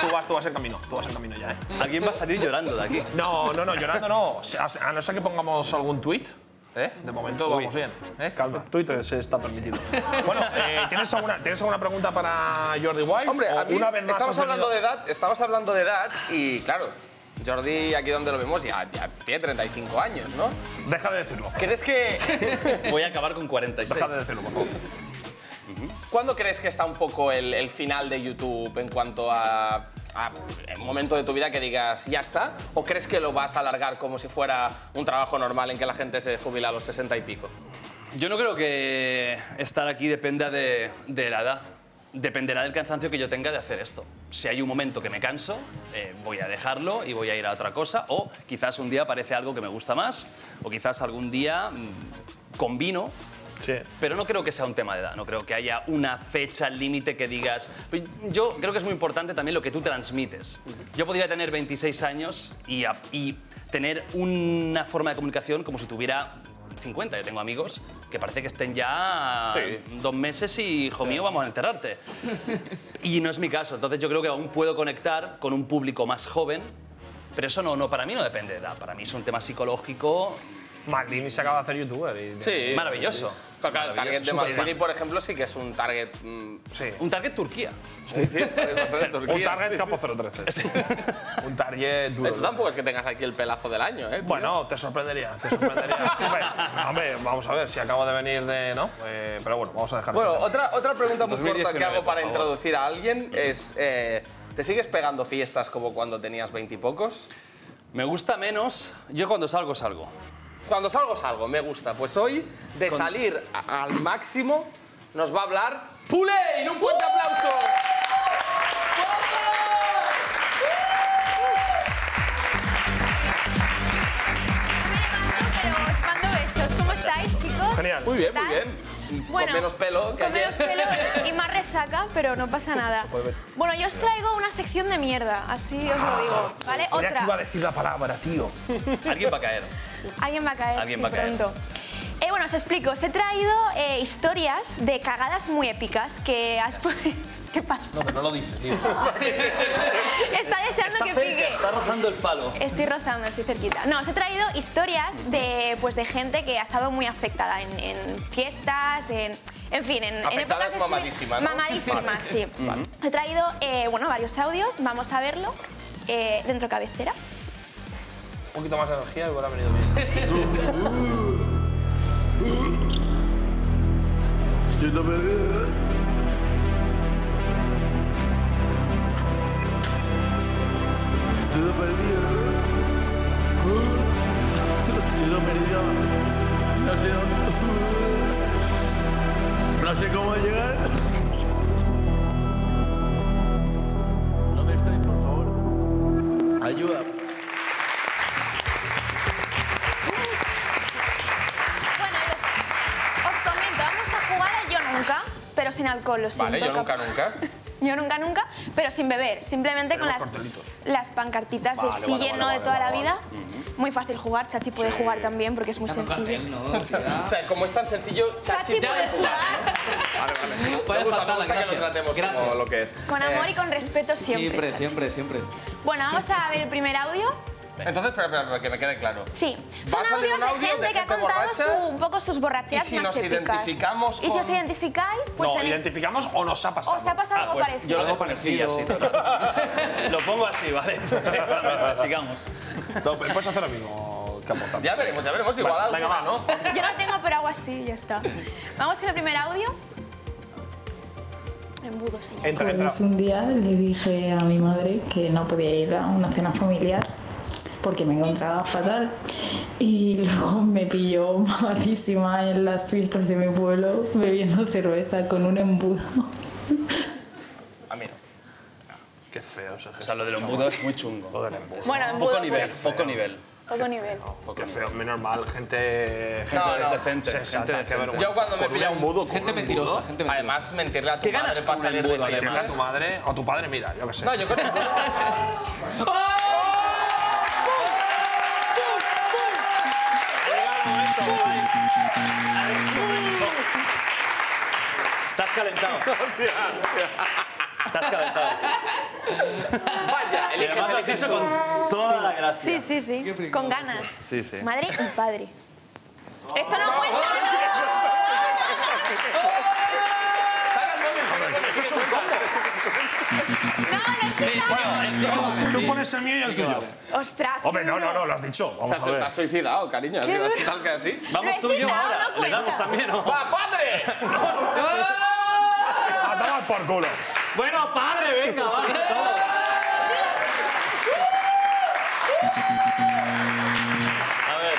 Speaker 3: tú vas, tú vas en camino. Tú vas en camino ya, ¿eh?
Speaker 11: Alguien va a salir llorando de aquí.
Speaker 3: No, no, no, llorando no. A a no ser que pongamos algún tuit. ¿Eh? De momento vamos bien. ¿eh? Calma, Twitter se está permitido. bueno, eh, ¿tienes, alguna, ¿tienes alguna pregunta para Jordi White?
Speaker 1: Hombre,
Speaker 3: ¿O
Speaker 1: a mí
Speaker 3: una vez más
Speaker 1: estabas
Speaker 3: has venido-
Speaker 1: hablando de edad, estabas hablando de edad y claro, Jordi, aquí donde lo vemos, ya, ya tiene 35 años, ¿no?
Speaker 3: Deja de decirlo.
Speaker 1: ¿Crees que
Speaker 11: Voy a acabar con 46.
Speaker 3: Deja de decirlo, por favor.
Speaker 1: ¿Cuándo crees que está un poco el, el final de YouTube en cuanto a, a el momento de tu vida que digas ya está? ¿O crees que lo vas a alargar como si fuera un trabajo normal en que la gente se jubila a los 60 y pico?
Speaker 11: Yo no creo que estar aquí dependa de, de la edad. Dependerá del cansancio que yo tenga de hacer esto. Si hay un momento que me canso, eh, voy a dejarlo y voy a ir a otra cosa. O quizás un día aparece algo que me gusta más. O quizás algún día mm, combino.
Speaker 3: Sí.
Speaker 11: Pero no creo que sea un tema de edad. No creo que haya una fecha límite que digas. Yo creo que es muy importante también lo que tú transmites. Yo podría tener 26 años y, a- y tener una forma de comunicación como si tuviera 50. Yo tengo amigos que parece que estén ya
Speaker 1: Sí.
Speaker 11: dos meses y, hijo mío, vamos a enterrarte. Y no es mi caso. Entonces yo creo que aún puedo conectar con un público más joven. Pero eso no, no, para mí no depende de edad. Para mí es un tema psicológico
Speaker 3: Maldini se acaba de hacer youtuber. Y...
Speaker 11: maravilloso.
Speaker 1: Porque claro, el target
Speaker 11: Maravilloso,
Speaker 1: de
Speaker 11: superfan.
Speaker 1: Mancini, por ejemplo, sí que es un target. mm,
Speaker 3: Sí.
Speaker 11: Un target Turquía.
Speaker 1: sí, sí, un target bastante Turquía.
Speaker 3: Un target
Speaker 1: Sí, sí.
Speaker 3: capo 013. Un target duro.
Speaker 1: Tú tampoco es que tengas aquí el pelazo del año, ¿eh? tío?
Speaker 3: Bueno, te sorprendería, te sorprendería. hombre, hombre, vamos a ver si acabo de venir de. ¿No? Eh, pero bueno, vamos a dejar.
Speaker 1: Bueno,
Speaker 3: este
Speaker 1: otra, otra pregunta muy corta que
Speaker 11: 2019,
Speaker 1: hago
Speaker 11: por
Speaker 1: para
Speaker 11: favor.
Speaker 1: introducir a alguien es. eh, ¿Te sigues pegando fiestas como cuando tenías veintipocos?
Speaker 11: Me gusta menos. Yo cuando salgo, salgo.
Speaker 1: Cuando salgo, salgo, me gusta. Pues hoy, de salir a- al máximo, nos va a hablar Puley. ¡Un
Speaker 12: ¡Uh!
Speaker 1: fuerte aplauso!
Speaker 12: pero os mando besos. ¿Cómo estáis, chicos?
Speaker 3: Genial.
Speaker 1: Muy bien, muy
Speaker 12: ¿Tal?
Speaker 1: bien.
Speaker 12: Bueno,
Speaker 1: con menos pelo que
Speaker 12: Con
Speaker 1: ayer.
Speaker 12: menos pelo y más resaca, pero no pasa nada. Bueno, yo os traigo una sección de mierda, así os lo digo, ¿vale?
Speaker 3: tema. Mira que iba a
Speaker 12: Otra.
Speaker 3: decir la palabra, tío.
Speaker 11: Alguien va a caer.
Speaker 12: Alguien va a caer,
Speaker 11: Alguien
Speaker 12: sí,
Speaker 11: va a caer.
Speaker 12: pronto. Eh, bueno, os explico. Os he traído eh, historias de cagadas muy épicas que has pu- ¿Qué pasa?
Speaker 11: No, pero no lo dice, tío.
Speaker 12: Está deseando
Speaker 11: Está
Speaker 12: que
Speaker 11: cerca,
Speaker 12: pique.
Speaker 11: está rozando el palo.
Speaker 12: Estoy rozando, estoy cerquita. No, os he traído historias de, pues, de gente que ha estado muy afectada en, en fiestas, en, en fin, en, en
Speaker 1: Afectada
Speaker 12: épocas
Speaker 1: es
Speaker 12: de su-
Speaker 1: mamadísima, ¿no?
Speaker 12: Mamadísima, sí. He traído, eh, bueno, varios audios, vamos a verlo. eh, dentro cabecera.
Speaker 3: Un poquito más de energía, igual ha venido bien.
Speaker 13: No sé dónde- No sé cómo llegar. ¿Dónde estáis, por favor? Ayuda.
Speaker 12: Os comento, vamos a jugar a Yo Nunca, pero sin alcohol, lo siento.
Speaker 1: Vale, yo nunca,
Speaker 12: cap-
Speaker 1: nunca.
Speaker 12: Yo Nunca Nunca, pero sin beber. Simplemente con las, las pancartitas
Speaker 1: Vale,
Speaker 12: del
Speaker 1: vale,
Speaker 12: sí
Speaker 1: vale,
Speaker 12: lleno
Speaker 1: vale,
Speaker 12: de toda
Speaker 1: vale,
Speaker 12: la vida. Muy fácil jugar, Chachi puede jugar también porque es muy sencillo.
Speaker 1: o sea, como es tan sencillo, Chachi,
Speaker 12: Chachi puede jugar
Speaker 1: Vale, vale.
Speaker 2: Vaya
Speaker 1: Me gusta, me
Speaker 2: fatal,
Speaker 1: gusta que lo
Speaker 2: gracias.
Speaker 1: tratemos como
Speaker 2: Gracias.
Speaker 1: lo que es.
Speaker 12: con amor y con respeto siempre.
Speaker 2: Siempre,
Speaker 12: Chachi.
Speaker 2: siempre, siempre.
Speaker 12: Bueno, vamos a ver el primer audio.
Speaker 1: Entonces, espera, espera, espera, que me quede claro.
Speaker 12: Sí, son
Speaker 1: Va a salir
Speaker 12: audios
Speaker 1: un
Speaker 12: de
Speaker 1: audio
Speaker 12: gente,
Speaker 1: de
Speaker 12: que ha
Speaker 1: gente
Speaker 12: contado
Speaker 1: borracha.
Speaker 12: su- un poco sus borracheras
Speaker 1: Y si
Speaker 12: más
Speaker 1: nos
Speaker 12: épicas.
Speaker 1: identificamos
Speaker 12: Y si
Speaker 1: con-
Speaker 12: os identificáis, pues
Speaker 3: No,
Speaker 12: tenéis...
Speaker 3: identificamos o nos ha pasado. Ah, pues,
Speaker 12: Os ha pasado algo parecido.
Speaker 11: Yo lo
Speaker 3: Algo
Speaker 11: dejo parecido. así,
Speaker 3: parecido.
Speaker 11: total. lo pongo así, ¿vale? Perfectamente, Sigamos.
Speaker 3: No, pero puedes hacer lo mismo, Campo.
Speaker 1: Ya veremos, ya veremos. Igual
Speaker 3: Vale,
Speaker 1: algo.
Speaker 3: venga, va.
Speaker 1: ¿no?
Speaker 12: Yo no tengo, pero hago así, ya está. Vamos con el primer audio. Embudo se llama.
Speaker 3: Entra,
Speaker 14: Pues un día le dije a mi madre que no podía ir a una cena familiar porque me encontraba fatal y luego me pilló malísima en las fiestas de mi pueblo bebiendo cerveza con un embudo.
Speaker 11: A mí no.
Speaker 3: Qué feo ese
Speaker 11: O sea, lo del embudo es muy chungo. Lo del embudo.
Speaker 12: Bueno, embudo,
Speaker 11: Poco nivel,
Speaker 12: pues.
Speaker 11: poco nivel.
Speaker 12: Poco nivel.
Speaker 3: Qué feo, menos mal, gente, gente
Speaker 1: No, no.
Speaker 3: decente. sensata, qué vergüenza.
Speaker 1: Yo cuando me
Speaker 3: Con un
Speaker 1: pilla un
Speaker 3: embudo, con
Speaker 1: gente
Speaker 3: un embudo.
Speaker 1: mentirosa, gente mentirosa. Además, mentirle a tu
Speaker 3: ¿Qué
Speaker 1: madre
Speaker 3: ganas
Speaker 1: para
Speaker 3: con un
Speaker 1: salir
Speaker 3: embudo?
Speaker 1: de
Speaker 3: Además, a tu
Speaker 1: fiestas.
Speaker 3: madre o tu padre, mira, yo qué sé.
Speaker 1: No, yo creo que
Speaker 11: Estás calentado. Estás calentado.
Speaker 1: Vaya,
Speaker 11: Y además lo has dicho con toda la gracia.
Speaker 12: Sí, sí, sí. Con ganas.
Speaker 11: Sí, sí.
Speaker 12: Madre y padre. Esto no cuenta.
Speaker 3: Eso es un combo. Tú pones el mío y el tuyo.
Speaker 12: Ostras. qué
Speaker 3: Hombre, no,
Speaker 12: duro.
Speaker 3: no, no, lo has dicho.
Speaker 1: O sea,
Speaker 3: Vamos a
Speaker 1: se
Speaker 3: ver.
Speaker 1: te has suicidado, cariño. Así,
Speaker 12: Qué
Speaker 1: así, tal que así.
Speaker 11: Vamos tú y yo
Speaker 12: Suicidado,
Speaker 11: ahora.
Speaker 12: no
Speaker 11: Le damos
Speaker 12: cuenta.
Speaker 11: también, ¿no?
Speaker 1: ¡Va, padre!
Speaker 3: A tomar por culo.
Speaker 11: Bueno, padre, venga, va. todos. A ver.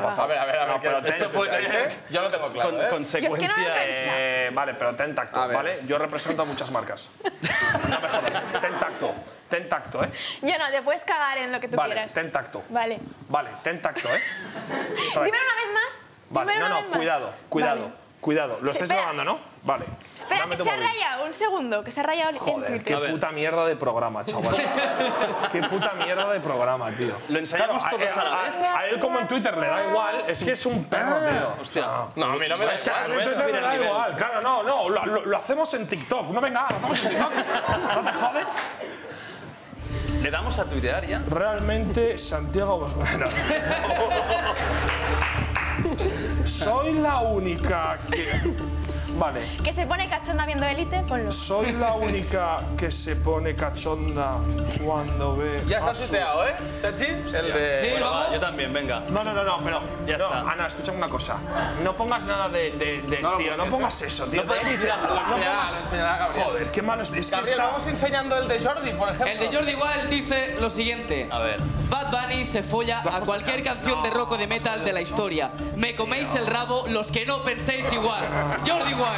Speaker 1: A ver, a ver, a ver.
Speaker 3: No,
Speaker 1: que
Speaker 3: pero ten-
Speaker 1: esto puede
Speaker 3: ten-
Speaker 1: ¿eh? Yo lo tengo claro,
Speaker 11: Con,
Speaker 1: ¿eh?
Speaker 11: consecuencia.
Speaker 3: Eh, vale, pero ten tacto,
Speaker 1: A ver.
Speaker 3: ¿vale? Yo represento a muchas marcas. No me jodas. Ten tacto. Ten tacto, ¿eh?
Speaker 12: Yo no, te puedes cagar en lo que tú
Speaker 3: Vale,
Speaker 12: quieras.
Speaker 3: ten tacto.
Speaker 12: Vale.
Speaker 3: Vale, ten tacto, ¿eh? Trae.
Speaker 12: Dímelo una vez más.
Speaker 3: Vale,
Speaker 12: dímelo
Speaker 3: no,
Speaker 12: una vez
Speaker 3: no,
Speaker 12: más.
Speaker 3: cuidado, cuidado,
Speaker 12: Vale.
Speaker 3: cuidado. Lo estáis
Speaker 12: Espera.
Speaker 3: grabando, ¿no? Vale.
Speaker 12: Espera,
Speaker 3: Dame
Speaker 12: que
Speaker 3: tu
Speaker 12: se ha
Speaker 3: móvil.
Speaker 12: rayado. Un segundo, que se ha rayado el- el
Speaker 3: Joder,
Speaker 12: Twitter.
Speaker 3: qué puta mierda de programa, chaval. qué puta mierda de programa, tío.
Speaker 11: Lo ensayamos
Speaker 3: Claro,
Speaker 11: todos a la vez. Ah,
Speaker 3: a él como en Twitter le da igual, es que es un perro, tío. Ah. Pues
Speaker 11: Hostia.
Speaker 1: No, a mí no me da
Speaker 3: Es que a
Speaker 1: igual.
Speaker 3: mí
Speaker 11: voy a
Speaker 3: en Twitter
Speaker 11: subir
Speaker 3: me
Speaker 11: el
Speaker 3: da
Speaker 11: nivel.
Speaker 3: igual, claro, no, no, lo, lo- lo hacemos en TikTok. No venga, lo hacemos en TikTok. ¿No te jode?
Speaker 11: ¿Le damos a tuitear ya?
Speaker 3: Realmente, Santiago Bosmana. Soy la única que. Vale.
Speaker 12: Que se pone cachonda viendo élite, ponlo.
Speaker 3: Soy la única que se pone cachonda cuando ve.
Speaker 1: Ya está
Speaker 3: a Ah, su-
Speaker 1: tuteado, ¿eh? Chachi, el de...
Speaker 2: Sí,
Speaker 11: Bueno, va,
Speaker 2: vamos.
Speaker 11: yo también, venga.
Speaker 3: No, no, no, no, pero.
Speaker 11: Ya
Speaker 3: no,
Speaker 11: está.
Speaker 3: Ana, escucha una cosa. No pongas nada de. de- de-
Speaker 1: No lo
Speaker 3: tío, no
Speaker 1: busques,
Speaker 3: pongas eso, tío.
Speaker 11: No podemos
Speaker 3: De-
Speaker 11: tirarlo.
Speaker 3: no
Speaker 1: Enseñar,
Speaker 3: pongas-
Speaker 1: enseñar a Gabriel.
Speaker 3: Joder, qué malo es. es que
Speaker 1: Gabriel,
Speaker 3: está-
Speaker 1: vamos enseñando el de Jordi, por ejemplo.
Speaker 2: El de Jordi Wild dice lo siguiente.
Speaker 11: A ver.
Speaker 2: Bad Bunny se folla a cualquier canción de rock o de metal de la historia. Me coméis el rabo los que no penséis igual. Jordi Wild.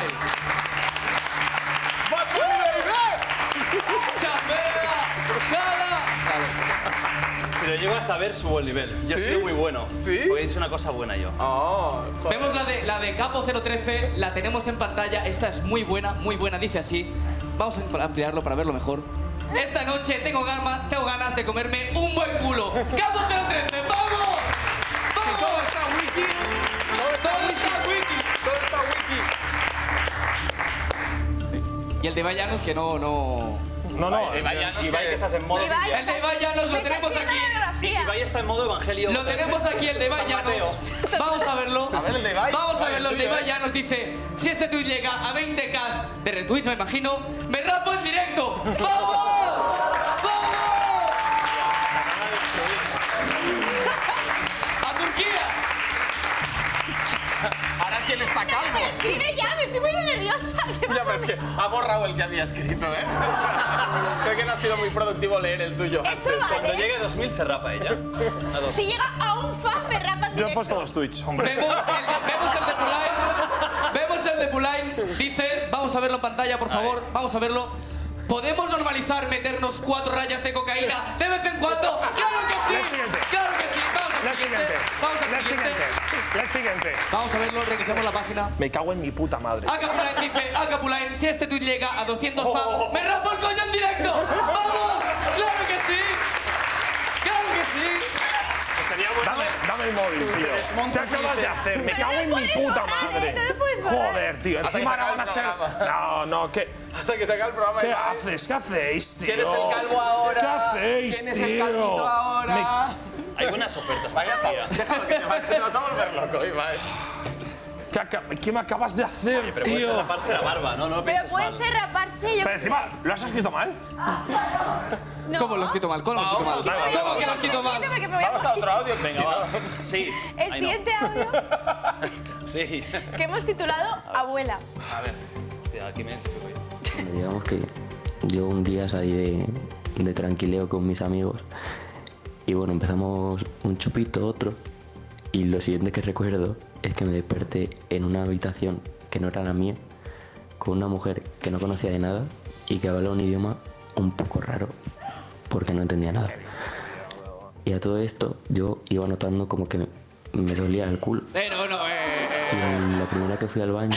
Speaker 2: Chambera, gala.
Speaker 11: Si lo llego a saber, subo el nivel. Yo he
Speaker 1: ¿Sí?
Speaker 11: sido muy bueno.
Speaker 1: ¿Sí?
Speaker 11: Porque he dicho una cosa buena yo.
Speaker 1: Oh, joder.
Speaker 2: Vemos la de, la de Capo 013, la tenemos en pantalla. Esta es muy buena, muy buena, dice así. Vamos a ampliarlo para verlo mejor. Esta noche tengo, gama- tengo ganas de comerme un buen culo. ¡Capo 013, vamos! ¡Vamos! todo está wiki. Todo está wiki.
Speaker 1: Todo está wiki.
Speaker 2: Y el de Vallanos que no, no...
Speaker 3: No, no.
Speaker 1: Ibai,
Speaker 3: eh,
Speaker 1: ya no
Speaker 11: Ibai,
Speaker 1: que-
Speaker 11: que estás en modo...
Speaker 12: Ibai,
Speaker 2: El de Vallanos lo tenemos aquí.
Speaker 11: Ibai está en modo evangelio.
Speaker 2: Lo tenemos aquí, el de
Speaker 11: San
Speaker 2: Vallanos.
Speaker 11: Mateo.
Speaker 2: Vamos a verlo.
Speaker 1: A ver, el de Ibai.
Speaker 2: Vamos a
Speaker 1: Vale,
Speaker 2: verlo.
Speaker 1: el
Speaker 2: El de
Speaker 1: tuyo, eh.
Speaker 2: Vallanos dice: Si este tuit llega a 20k de retweets, me imagino, me rapo en directo. ¡Vamos!
Speaker 1: está calvo.
Speaker 12: Escribe ya, me estoy muy nerviosa.
Speaker 1: Ya, pero es que ha borrado el que había escrito, ¿eh? Creo que no ha sido muy productivo leer el tuyo.
Speaker 12: Eso
Speaker 11: Cuando
Speaker 12: vale.
Speaker 11: llegue 2000 se rapa ella. A dos.
Speaker 12: Si llega a un fan, me rapan
Speaker 3: Yo he
Speaker 12: directo.
Speaker 3: puesto dos tweets, hombre.
Speaker 2: Vemos el de, vemos el de Pulain. Vemos el de Pulain. Dice, vamos a verlo en pantalla, por favor. Vamos a verlo. ¿Podemos normalizar meternos cuatro rayas de cocaína de vez en cuando? ¡Claro que sí!
Speaker 3: La siguiente.
Speaker 2: ¡Claro que sí! Vamos al
Speaker 3: La siguiente.
Speaker 2: Vamos al
Speaker 3: La
Speaker 2: siguiente.
Speaker 3: siguiente. La siguiente.
Speaker 2: Vamos a verlo, revisemos la página.
Speaker 3: Me cago en mi puta madre.
Speaker 2: Aka Pulain dice, Aka Pulain, si este tweet llega a 200
Speaker 3: Oh,
Speaker 2: fans, ¡me rapo el coño en directo! ¡Vamos! ¡Claro que sí! ¡Claro que sí!
Speaker 3: Dame, dame el móvil, tío. ¿Qué
Speaker 11: Desmonta
Speaker 3: acabas
Speaker 11: Twitter.
Speaker 3: de hacer? Me
Speaker 11: Pero
Speaker 3: cago
Speaker 11: no
Speaker 3: en mi
Speaker 11: puedes
Speaker 3: puta
Speaker 11: borrar, ¿eh?
Speaker 3: madre.
Speaker 11: No lo puedes borrar.
Speaker 3: Joder, tío.
Speaker 1: Hasta que
Speaker 3: Encima
Speaker 1: se
Speaker 3: ahora van a
Speaker 1: acabe
Speaker 3: ser.
Speaker 1: el
Speaker 3: No, no, ¿qué?
Speaker 1: Hasta que se acabe el programa.
Speaker 3: ¿Qué
Speaker 1: ¿eh?
Speaker 3: haces? ¿Qué hacéis, tío?
Speaker 1: ¿Quién es el calvo ahora?
Speaker 3: ¿Qué hacéis,
Speaker 1: ¿Quién es el
Speaker 3: tío?
Speaker 1: calvito ahora?
Speaker 11: Hay buenas ofertas.
Speaker 1: Vaya, déjalo que te vas, que te vas a volver loco, ¿eh? Ibai.
Speaker 3: ¿Qué, aca- qué me acabas de hacer,
Speaker 11: Pero
Speaker 3: tío?
Speaker 11: puedes raparse la barba, ¿no? No lo
Speaker 12: Pero
Speaker 11: pienses
Speaker 12: puede
Speaker 11: mal.
Speaker 12: ser raparse,
Speaker 3: Pero
Speaker 12: yo qué sé.
Speaker 3: encima, ¿lo has escrito mal?
Speaker 12: No.
Speaker 2: ¿Cómo lo has escrito mal? ¿Cómo lo has escrito mal?
Speaker 3: vamos,
Speaker 2: ¿Cómo que lo has escrito
Speaker 12: Lo siento,
Speaker 2: mal?
Speaker 12: porque me voy a
Speaker 1: Vamos a otro audio.
Speaker 11: Venga, va. Sí.
Speaker 12: El
Speaker 11: ahí no.
Speaker 12: siguiente audio
Speaker 11: Sí.
Speaker 12: que hemos titulado Abuela.
Speaker 11: A ver. Hostia, aquí me identifico yo.
Speaker 15: Digamos que yo un día salí de, de tranquileo con mis amigos y bueno, empezamos un chupito, otro. Y lo siguiente que recuerdo es que me desperté en una habitación que no era la mía, con una mujer que no conocía de nada y que hablaba un idioma un poco raro, porque no entendía nada. Y a todo esto yo iba notando como que me, me dolía el culo.
Speaker 2: Eh, no, no, eh, eh.
Speaker 15: Y en la primera que fui al baño,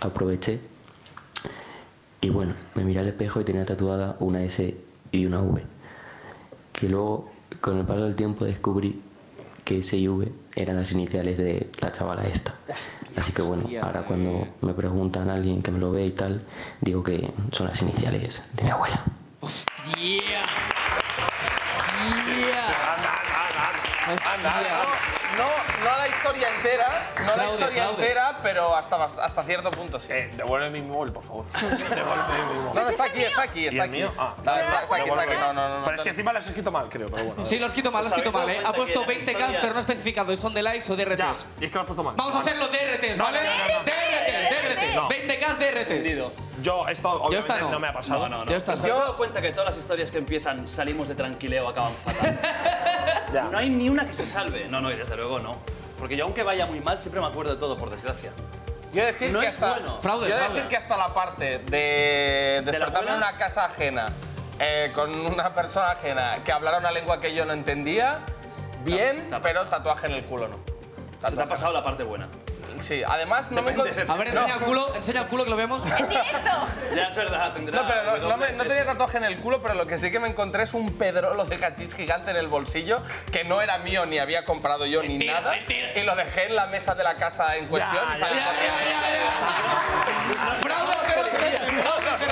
Speaker 15: aproveché. Y bueno, me miré al espejo y tenía tatuada una S y una V. Que luego, con el paso del tiempo, descubrí que S y V eran las iniciales de la chavala esta. Así que bueno, ahora cuando me preguntan a alguien que me lo ve y tal, digo que son las iniciales de mi abuela.
Speaker 2: Yeah. Yeah.
Speaker 3: Anda, anda, anda. Anda, anda.
Speaker 1: No, no la historia entera, no la
Speaker 2: Fraude,
Speaker 1: historia
Speaker 2: fraude.
Speaker 1: entera, pero hasta, bast- hasta cierto punto sí.
Speaker 3: Eh, devuelve mi móvil, por favor. Devuelve mi
Speaker 1: No,
Speaker 3: móvil.
Speaker 1: no, está aquí, está aquí,
Speaker 3: ¿Y
Speaker 1: está
Speaker 3: el
Speaker 1: aquí.
Speaker 3: mío? Ah,
Speaker 1: No, está, está aquí, está aquí.
Speaker 3: devuélvelo.
Speaker 1: No, no, no, no.
Speaker 3: Pero es que encima lo has escrito mal, creo, pero bueno.
Speaker 2: Sí, lo has escrito mal, lo has
Speaker 11: ¿Os
Speaker 2: escrito mal,
Speaker 11: habéis
Speaker 2: eh.
Speaker 11: dado
Speaker 2: Ha
Speaker 11: cuenta
Speaker 2: puesto
Speaker 11: que las
Speaker 2: 20 k
Speaker 11: historias-
Speaker 2: pero no ha especificado, son de likes o DRTs.
Speaker 3: Ya, y es que lo has puesto mal.
Speaker 2: Vamos a hacer los DRTs,
Speaker 3: No,
Speaker 2: ¿vale?
Speaker 3: no, no, no.
Speaker 2: DRTs,
Speaker 3: No.
Speaker 2: DRTs. 20k DRTs.
Speaker 3: Yo, esto obviamente
Speaker 2: esta no.
Speaker 3: no me ha pasado.
Speaker 11: No, no, no.
Speaker 2: Ya está.
Speaker 11: ¿Os habéis dado cuenta que todas las historias que empiezan salimos de tranquileo acaban fatal?
Speaker 3: Ya.
Speaker 11: No hay ni una que se salve. No, no, y desde luego no. Porque yo, aunque vaya muy mal, siempre me acuerdo de todo, por desgracia.
Speaker 1: Yo he de decir
Speaker 11: No
Speaker 1: que
Speaker 11: es
Speaker 1: hasta,
Speaker 11: bueno.
Speaker 2: Fraude,
Speaker 1: yo he de
Speaker 2: fraude.
Speaker 1: decir que hasta la parte de
Speaker 11: la
Speaker 1: despertarme en
Speaker 11: abuela?
Speaker 1: una casa ajena eh, con una persona ajena que hablara una lengua que yo no entendía, bien,
Speaker 11: te ha
Speaker 1: pero tatuaje en el culo no.
Speaker 11: Se te ha pasado la parte buena.
Speaker 1: Sí, además no me... encont-
Speaker 2: A ver, enseña el culo, enseña el culo que lo vemos.
Speaker 12: ¡En directo!
Speaker 11: Ya es verdad,
Speaker 1: No,
Speaker 11: tendrá.
Speaker 1: pero no, no me- no
Speaker 11: WSS.
Speaker 1: tenía tatuaje en el culo, pero lo que sí que me encontré es un pedrolo de hachís gigante en el bolsillo que no era mío ni había comprado yo ni
Speaker 2: Mentira,
Speaker 1: nada.
Speaker 2: mentira.
Speaker 1: Y lo dejé en la mesa de la casa en cuestión y salí
Speaker 2: Ya, ya,
Speaker 1: corriendo.
Speaker 2: ya, ya. Fraude 013, fraude 013.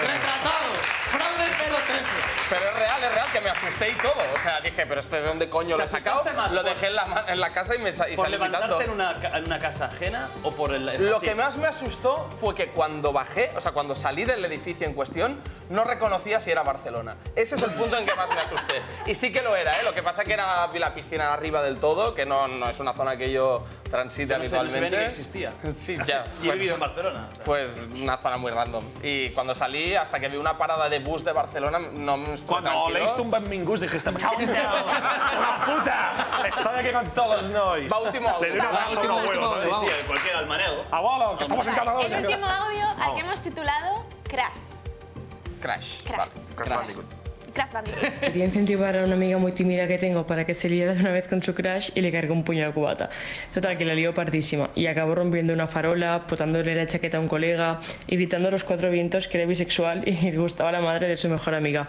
Speaker 2: Retratado. Fraude 013.
Speaker 1: Pero es real, es real, que me asusté y todo. O sea, dije, pero este de dónde coño lo he sacado.
Speaker 11: asustaste más
Speaker 1: Lo
Speaker 11: por-
Speaker 1: dejé en la, ma- en la casa y me sa- y
Speaker 11: ¿Por
Speaker 1: salí quitando.
Speaker 11: levantarte en una, ca- en una casa ajena o por el. el
Speaker 1: Lo
Speaker 11: hachís?
Speaker 1: que más me asustó fue que cuando bajé, o sea, cuando salí del edificio en cuestión, no reconocía si era Barcelona. Ese es el punto en que más me asusté. Y sí que lo era, ¿eh? Lo que pasa que era vi la piscina arriba del todo, que no, no es una zona que yo transite
Speaker 11: Yo no sé, no sabía ni que
Speaker 1: habitualmente.
Speaker 11: existía.
Speaker 1: Sí, ya.
Speaker 11: Y he vivido en Barcelona.
Speaker 1: Pues una zona muy random. Y cuando salí, hasta que vi una parada de bus de Barcelona, no me estuve
Speaker 3: Cuando
Speaker 1: tranquilo.
Speaker 3: leíste un Ben Mingus dijiste, ¡Chao, ¡Una ¡Ah, puta! Estoy aquí con todos nois.
Speaker 1: Va, último audio.
Speaker 3: Le doy un
Speaker 1: Va,
Speaker 3: abrazo a
Speaker 2: último,
Speaker 3: unos huevos,
Speaker 2: último,
Speaker 3: ¿eh?
Speaker 11: Sí, el cualquiera, el maneo.
Speaker 3: Abuelo, que estamos en
Speaker 12: Vale,
Speaker 3: Cataluña.
Speaker 12: el último audio al que hemos titulado Crash.
Speaker 1: Crash.
Speaker 12: Crash.
Speaker 1: Vale.
Speaker 12: Crash. Crash Bandicoot.
Speaker 16: Quería incentivar a una amiga muy tímida que tengo para que se liara de una vez con su crush y le cargó un puño de cubata. Total, que la lió pardísima y acabó rompiendo una farola, botándole la chaqueta a un colega y gritando a los cuatro vientos que era bisexual y le gustaba la madre de su mejor amiga.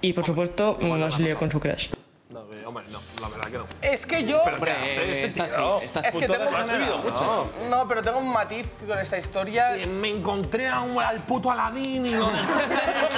Speaker 16: Y por supuesto, no se lió con su crush.
Speaker 3: No, eh, hombre, no, la verdad que no.
Speaker 1: Es que yo...
Speaker 3: ¿qué
Speaker 2: Hombre,
Speaker 3: hace este
Speaker 2: esta sí,
Speaker 3: tío?
Speaker 2: esta
Speaker 1: Es que
Speaker 3: Puto
Speaker 1: tengo
Speaker 3: de has vivido
Speaker 1: No.
Speaker 3: mucho.
Speaker 1: No, pero tengo un matiz con esta historia.
Speaker 3: Eh, Me encontré a un- al puto Aladín y lo dejé.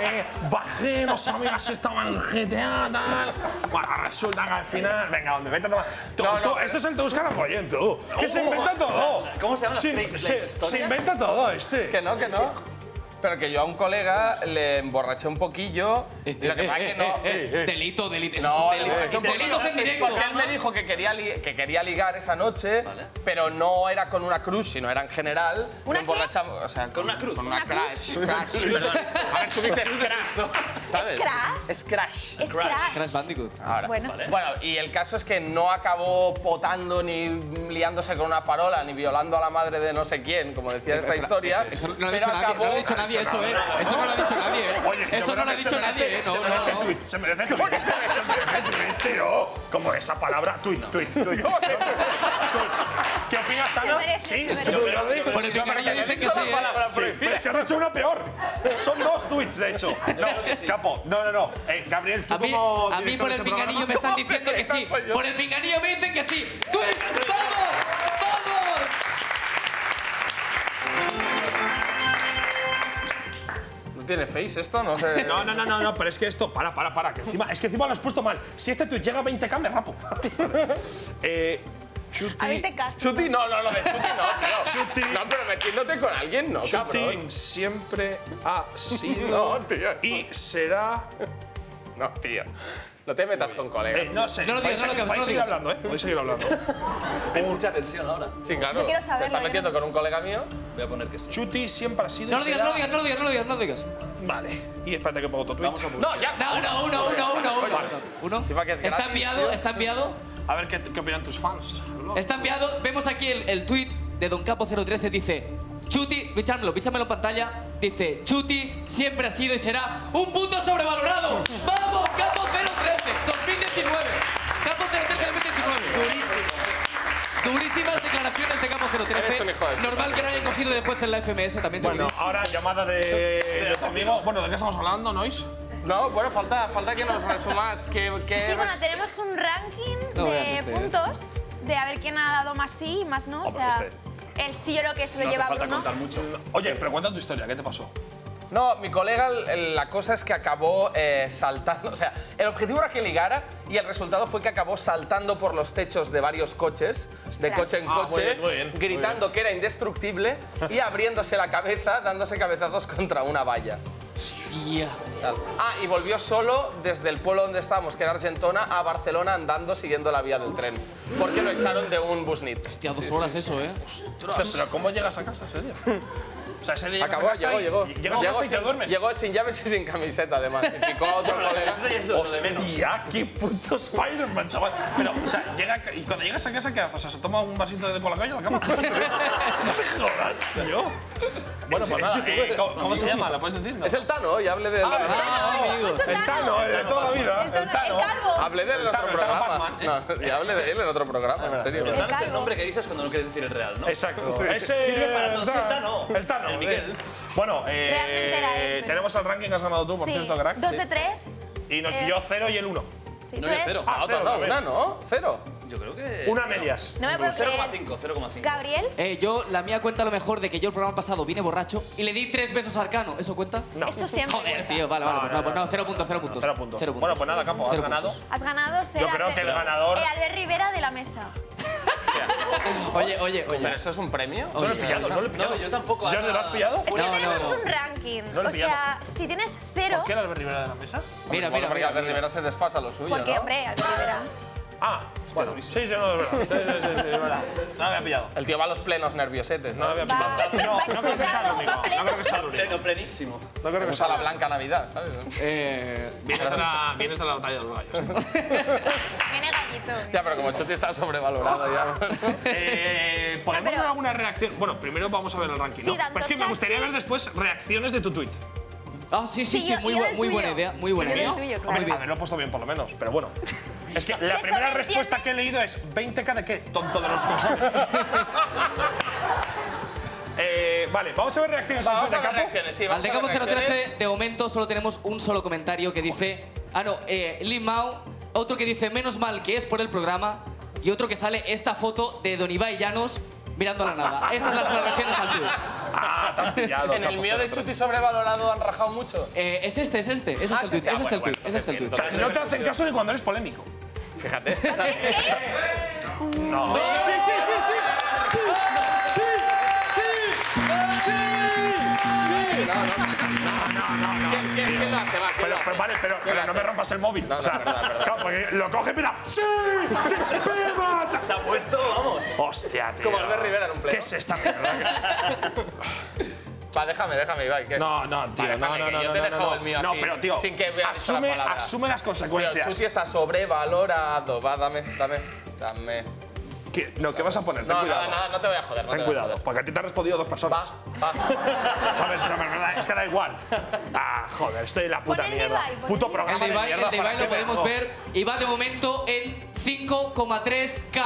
Speaker 3: Eh, bajé, no sabía si estaba en GTA, tal. Bueno, resulta que al final. Venga, donde vete a tomar. Tú-
Speaker 1: No, no,
Speaker 3: tú-
Speaker 1: pero-
Speaker 3: Esto es el Teuscan Apoyen, tú. Que se
Speaker 11: Uh,
Speaker 3: inventa todo.
Speaker 11: ¿Cómo se llaman las
Speaker 3: Se-
Speaker 11: tres- las
Speaker 3: se-
Speaker 11: historias?
Speaker 3: Se inventa todo este.
Speaker 1: Que no, que no. Pero que yo a un colega le emborraché un poquillo.
Speaker 2: Y
Speaker 11: Lo que pasa es que no.
Speaker 2: delito, delito. eso
Speaker 1: No,
Speaker 2: es un
Speaker 1: delito.
Speaker 2: delito. Delitos en directo.
Speaker 1: Que él me dijo que quería, li- que quería ligar esa noche, pero no era con una cruz, sino era en general. ¿Una O sea, con, una cruz. Con una,
Speaker 12: ¿Una
Speaker 1: crash.
Speaker 12: cruz?
Speaker 1: crash.
Speaker 12: Perdón.
Speaker 1: A ver, tú dices crash. ¿sabes?
Speaker 12: ¿Es crash?
Speaker 1: Es crash.
Speaker 12: Es Crash. crash. Crash
Speaker 2: Bandicoot.
Speaker 1: Ahora.
Speaker 12: Bueno.
Speaker 1: Bueno. y el caso es que no acabó potando ni liándose con una farola ni violando a la madre de no sé quién, como decía esta
Speaker 2: Espera,
Speaker 1: historia.
Speaker 2: Eso no lo ha
Speaker 1: pero
Speaker 2: dicho nadie, no lo ha dicho
Speaker 1: acabó-
Speaker 2: nadie, eso, ¿eh? Eso no lo ha dicho nadie, ¿eh? Eso no lo ha dicho nadie, ¿eh? No, no, no.
Speaker 3: Se merece tweet, se merece tweet, tío. Como esa palabra, tweet, tweet, tweet. ¿Qué opinas, Ana? Sí,
Speaker 2: Por el picarrillo dice que sí, ¿eh?
Speaker 3: Sí, pero se han hecho una peor. Son dos tweets, de hecho. No, capo, no, no, no. Eh, Gabriel, tú
Speaker 2: A mí,
Speaker 3: como
Speaker 2: a mí
Speaker 3: director
Speaker 2: por
Speaker 3: de
Speaker 2: el
Speaker 3: este programa-
Speaker 2: pinganillo me están diciendo que sí. Por el pinganillo me dicen que sí. ¡Tweet! ¡Vamos! ¡Vamos!
Speaker 1: ¿No tiene face esto? No sé.
Speaker 3: No, no, no, no, no, pero es que esto, para, para, para, que encima, es que encima lo has puesto mal. Si este tweet llega a 20k, me rapo. eh, Chuti,
Speaker 12: A mí te caso.
Speaker 1: Chuti, no, no, no, de Chuti no, tío. No, pero metiéndote con alguien, no, cabrón.
Speaker 3: Chuti siempre ha sido
Speaker 1: No, tío.
Speaker 3: y será.
Speaker 1: No, tío. No te metas con colegas.
Speaker 3: Eh, no sé, podéis seguir, podéis seguir hablando, ¿eh? Podéis seguir hablando.
Speaker 11: Hay mucha tensión ahora.
Speaker 1: Sí, claro.
Speaker 12: Yo quiero
Speaker 1: Se
Speaker 12: saberlo, ¿eh?
Speaker 1: está
Speaker 12: yo
Speaker 1: metiendo con un colega mío.
Speaker 11: Voy a poner que sí.
Speaker 3: Chuti siempre ha sido.
Speaker 2: No
Speaker 3: y
Speaker 2: lo digas,
Speaker 3: será-
Speaker 2: no lo digas, no lo digas, no lo digas, no lo digas.
Speaker 3: Vale. Y espérate que pongo otro tweet. Vamos a
Speaker 1: No, ya está.
Speaker 2: No, uno, uno, uno, uno, uno.
Speaker 1: Vale.
Speaker 2: Uno.
Speaker 1: Encima que es
Speaker 2: Está
Speaker 1: gratis,
Speaker 2: enviado,
Speaker 1: tío.
Speaker 2: está enviado.
Speaker 3: A ver qué, qué opinan tus fans.
Speaker 2: Está enviado. Vemos aquí el, el tweet de Don Capo 013 dice. Chuti, píchamelo, píchamelo en pantalla. Dice, Chuti siempre ha sido y será un punto sobrevalorado. ¡Vamos, Capo 013! 2019. Capo 013 2019. Durísimas declaraciones de Capo 013.
Speaker 1: Eres un hijo de puta. ah.
Speaker 2: Normal que no hayan cogido después en la FMS, también te
Speaker 3: Bueno,
Speaker 2: digo.
Speaker 3: ahora llamada de. de tu amigo. Bueno, ¿de qué estamos hablando, Nois?
Speaker 1: No, bueno, falta, falta que nos resumas qué, qué
Speaker 12: Sí, bueno,
Speaker 1: res-
Speaker 12: tenemos un ranking
Speaker 1: No voy a
Speaker 12: de
Speaker 2: este, ¿eh?
Speaker 1: asistir.
Speaker 12: puntos de a ver quién ha dado más sí y más no. O
Speaker 3: Hombre, este.
Speaker 12: sea, el sí yo creo que se lo
Speaker 3: No hace
Speaker 12: lleva
Speaker 3: falta
Speaker 12: Bruno.
Speaker 3: contar mucho. Oye, pero cuenta tu historia, ¿qué te pasó?
Speaker 1: No, mi colega, el- el- la cosa es que acabó eh, saltando. O sea, el objetivo era que ligara y el resultado fue que acabó saltando por los techos de varios coches, de coche en
Speaker 3: Ah,
Speaker 1: coche,
Speaker 3: muy bien, muy bien, muy
Speaker 1: gritando que era indestructible y abriéndose la cabeza, dándose cabezazos contra una valla.
Speaker 2: Tía.
Speaker 1: Tal. Ah, y volvió solo desde el pueblo donde estábamos, que era Argentona, a Barcelona andando siguiendo la vía del tren. Porque lo echaron de un busnit.
Speaker 2: Hostia, dos horas eso, ¿eh?
Speaker 3: Pero ¿cómo llegas a casa, serio? O sea, ese día llegas a
Speaker 1: Acabó,
Speaker 3: casa
Speaker 1: llegó,
Speaker 3: y-
Speaker 1: llegó.
Speaker 3: Llegas a
Speaker 1: Llegó
Speaker 3: casa y te
Speaker 1: sin-
Speaker 3: duermes.
Speaker 1: Llegó sin llaves y sin camiseta, además. Y picó a otro colega.
Speaker 3: este Hostia, qué puto Spider-Man, chaval. Pero, o sea, llega a ca- y cuando llegas a casa, ¿qué haces? O sea, ¿se toma un vasito de cola calle a la cama? no me jodas, tío. Bueno, pues nada, eh, ¿cómo, cómo se llama? ¿La puedes decir? No.
Speaker 1: Es el Tano, ya hablé de.
Speaker 3: Ah, el
Speaker 2: Ah, amigos.
Speaker 3: El Tano, el de toda la vida. El Tano.
Speaker 1: Hablé de él en
Speaker 3: El Tano, Ah,
Speaker 1: otro
Speaker 3: el Tano
Speaker 1: programa. No, ya hablé de él en otro programa, en serio. Ah,
Speaker 11: Pero Tano es el nombre que dices cuando no quieres decir el real, ¿no?
Speaker 3: Eh, Exacto. Ese
Speaker 11: Sirve para todo, sí, el Tano.
Speaker 3: El Tano.
Speaker 11: El Miguel.
Speaker 3: eh. Bueno,
Speaker 12: Realmente era él,
Speaker 3: eh,
Speaker 12: pero-
Speaker 3: tenemos el ranking que has ganado tú, por
Speaker 12: Sí,
Speaker 3: cierto, crack.
Speaker 12: dos
Speaker 3: Sí.
Speaker 12: de tres. Eh,
Speaker 3: Y nos
Speaker 12: Es-
Speaker 3: pilló cero y el uno.
Speaker 12: Sí,
Speaker 11: No,
Speaker 12: tú
Speaker 11: yo
Speaker 12: eres-
Speaker 11: cero.
Speaker 1: Ah, tú has
Speaker 3: cero
Speaker 1: dado
Speaker 3: también.
Speaker 1: una, ¿no? Cero.
Speaker 11: Yo creo que.
Speaker 3: Una medias.
Speaker 12: No me puedo creer.
Speaker 11: 0,5, 0,5.
Speaker 12: Gabriel,
Speaker 2: Eh, yo, la mía cuenta lo mejor de que yo el programa pasado vine borracho y le di tres besos a Arcano. ¿Eso cuenta?
Speaker 3: No.
Speaker 12: eso siempre.
Speaker 2: Joder, tío, vale, vale, pues no, pues no, cero puntos, cero puntos.
Speaker 3: Cero puntos.
Speaker 2: Cero puntos.
Speaker 3: Bueno, pues nada, Campo, has
Speaker 2: Cero
Speaker 3: ganado.
Speaker 12: Has ganado ser
Speaker 3: Yo creo
Speaker 12: Albert-
Speaker 3: que el ganador-
Speaker 12: eh, Albert Rivera de la mesa.
Speaker 1: pues,
Speaker 2: Oye, oye, oye.
Speaker 1: ¿Pero eso es un premio?
Speaker 2: oye,
Speaker 3: No lo he pillado, no ah, lo he pillado.
Speaker 11: No, yo tampoco.
Speaker 3: ¿Ya
Speaker 11: Ana.
Speaker 3: no lo has pillado?
Speaker 12: Es que
Speaker 2: No,
Speaker 12: tenemos
Speaker 2: no.
Speaker 12: un ranking.
Speaker 3: No lo
Speaker 12: o sea, si tienes cero.
Speaker 3: ¿Por qué era Albert Rivera de la mesa?
Speaker 2: Mira,
Speaker 1: Bueno,
Speaker 2: mira,
Speaker 1: porque
Speaker 2: mira.
Speaker 1: Albert
Speaker 2: mira.
Speaker 1: Rivera se desfasa lo suyo,
Speaker 12: Porque,
Speaker 1: ¿no?
Speaker 12: hombre, Albert Rivera.
Speaker 3: Ah, bueno, sí, sí, no, es verdad. Sí, sí, sí, sí, es verdad. No lo había pillado.
Speaker 1: El tío va a los plenos nerviosetes,
Speaker 3: No lo
Speaker 1: ¿no?
Speaker 3: había
Speaker 12: Va-
Speaker 3: pillado. No,
Speaker 12: va
Speaker 3: no creo que sea el
Speaker 12: excitado,
Speaker 3: único.
Speaker 12: va
Speaker 3: No creo que sea el único.
Speaker 11: Pleno, plenísimo.
Speaker 3: No creo que
Speaker 1: Pues a
Speaker 3: sea
Speaker 1: la
Speaker 3: el único.
Speaker 1: blanca Navidad, ¿sabes?
Speaker 2: Eh,
Speaker 3: Vienes de la- vienes de la batalla de los gallos.
Speaker 12: Viene gallito.
Speaker 1: Ya, pero como Chuti está sobrevalorado ya.
Speaker 3: Eh, ¿Podemos
Speaker 12: No, pero-
Speaker 3: ver alguna reacción? Bueno, primero vamos a ver el ranking,
Speaker 12: Sí,
Speaker 3: ¿no?
Speaker 12: Dando
Speaker 3: Pero es que me
Speaker 12: Chachi.
Speaker 3: gustaría ver después reacciones de tu tweet.
Speaker 2: Ah, sí, sí,
Speaker 12: Sí,
Speaker 2: sí,
Speaker 12: yo-
Speaker 2: muy,
Speaker 12: yo
Speaker 2: bu-
Speaker 12: del
Speaker 2: muy buena
Speaker 12: tuyo.
Speaker 2: idea, muy buena
Speaker 12: Yo del
Speaker 2: idea.
Speaker 12: tuyo, claro.
Speaker 2: Muy
Speaker 3: Hombre,
Speaker 2: bien.
Speaker 3: haberlo puesto bien, por lo menos, pero bueno. Es que la
Speaker 12: eso
Speaker 3: primera
Speaker 12: lo
Speaker 3: respuesta
Speaker 12: entiende.
Speaker 3: que he leído es ¿20 k de qué? Tonto de los cojones. Eh, vale, vamos a ver reacciones
Speaker 1: Vamos
Speaker 3: antes
Speaker 1: a
Speaker 3: de
Speaker 1: ver
Speaker 3: campo.
Speaker 1: reacciones, sí,
Speaker 2: Al
Speaker 1: vamos
Speaker 2: de
Speaker 1: a ver
Speaker 2: Cabo
Speaker 1: reacciones.
Speaker 2: 013, de momento solo tenemos un solo comentario que dice. Ah, no, eh, Lin Mao. Otro que dice, menos mal que es por el programa. Y otro que sale esta foto de Don Ibai Llanos mirando a la nada. Estas son las reacciones al tuyo.
Speaker 3: Ah, te han pillado,
Speaker 1: En el
Speaker 3: Campos,
Speaker 1: mío de
Speaker 3: te han
Speaker 1: Chuti sobrevalorado han rajado mucho.
Speaker 2: Eh, es este, es este, es este
Speaker 1: Ah,
Speaker 2: el
Speaker 1: es este.
Speaker 2: tuit,
Speaker 1: Ah,
Speaker 2: es este el
Speaker 1: bueno,
Speaker 2: tuit, es este el tuit.
Speaker 3: pillado. O sea, no te hacen caso ni cuando eres polémico.
Speaker 1: Fíjate.
Speaker 12: Es que
Speaker 3: No.
Speaker 1: ¿Quién, quién, quién lo hace? Va, ¿quién
Speaker 3: Pero,
Speaker 1: lo hace?
Speaker 3: pero
Speaker 11: Vale, pero, pero no me rompas el móvil. o sea, claro, porque lo coge y mira. ¡Sí! ¡Sí! ¡Sí! mata!
Speaker 3: Se ha puesto, vamos.
Speaker 11: Hostia, tío.
Speaker 3: Como Albert Rivera en un pleno.
Speaker 11: ¿Qué es esta mierda?
Speaker 1: Va, déjame, déjame, Ibai. que-
Speaker 11: No, no, tío,
Speaker 1: Va, déjame,
Speaker 11: no, no,
Speaker 1: que
Speaker 11: no,
Speaker 1: Yo
Speaker 11: no,
Speaker 1: te he
Speaker 11: no,
Speaker 1: dejado
Speaker 11: no.
Speaker 1: el mío
Speaker 11: No,
Speaker 1: así.
Speaker 11: pero, tío,
Speaker 1: sin que veas la
Speaker 11: asume-
Speaker 1: palabra.
Speaker 11: asume las consecuencias.
Speaker 1: Tío, Chusi está sobrevalorado. Va, dame, dame, dame.
Speaker 11: ¿Qué? No, ¿qué vas a poner? Ten
Speaker 1: No,
Speaker 11: cuidado.
Speaker 1: nada, nada, no te voy a joder. no
Speaker 11: Ten
Speaker 1: te voy a
Speaker 11: cuidado, porque a ti te han respondido dos personas. ¿Sabes? O sea, me- me- Es que da igual. Ah, joder, estoy en la puta mierda. Puto
Speaker 2: El
Speaker 11: programa
Speaker 2: de
Speaker 11: de
Speaker 2: Ibai,
Speaker 11: mierda.
Speaker 2: el de Ibai
Speaker 11: para
Speaker 2: lo
Speaker 11: gente,
Speaker 2: podemos
Speaker 11: no.
Speaker 2: ver y va de momento en 5,3K.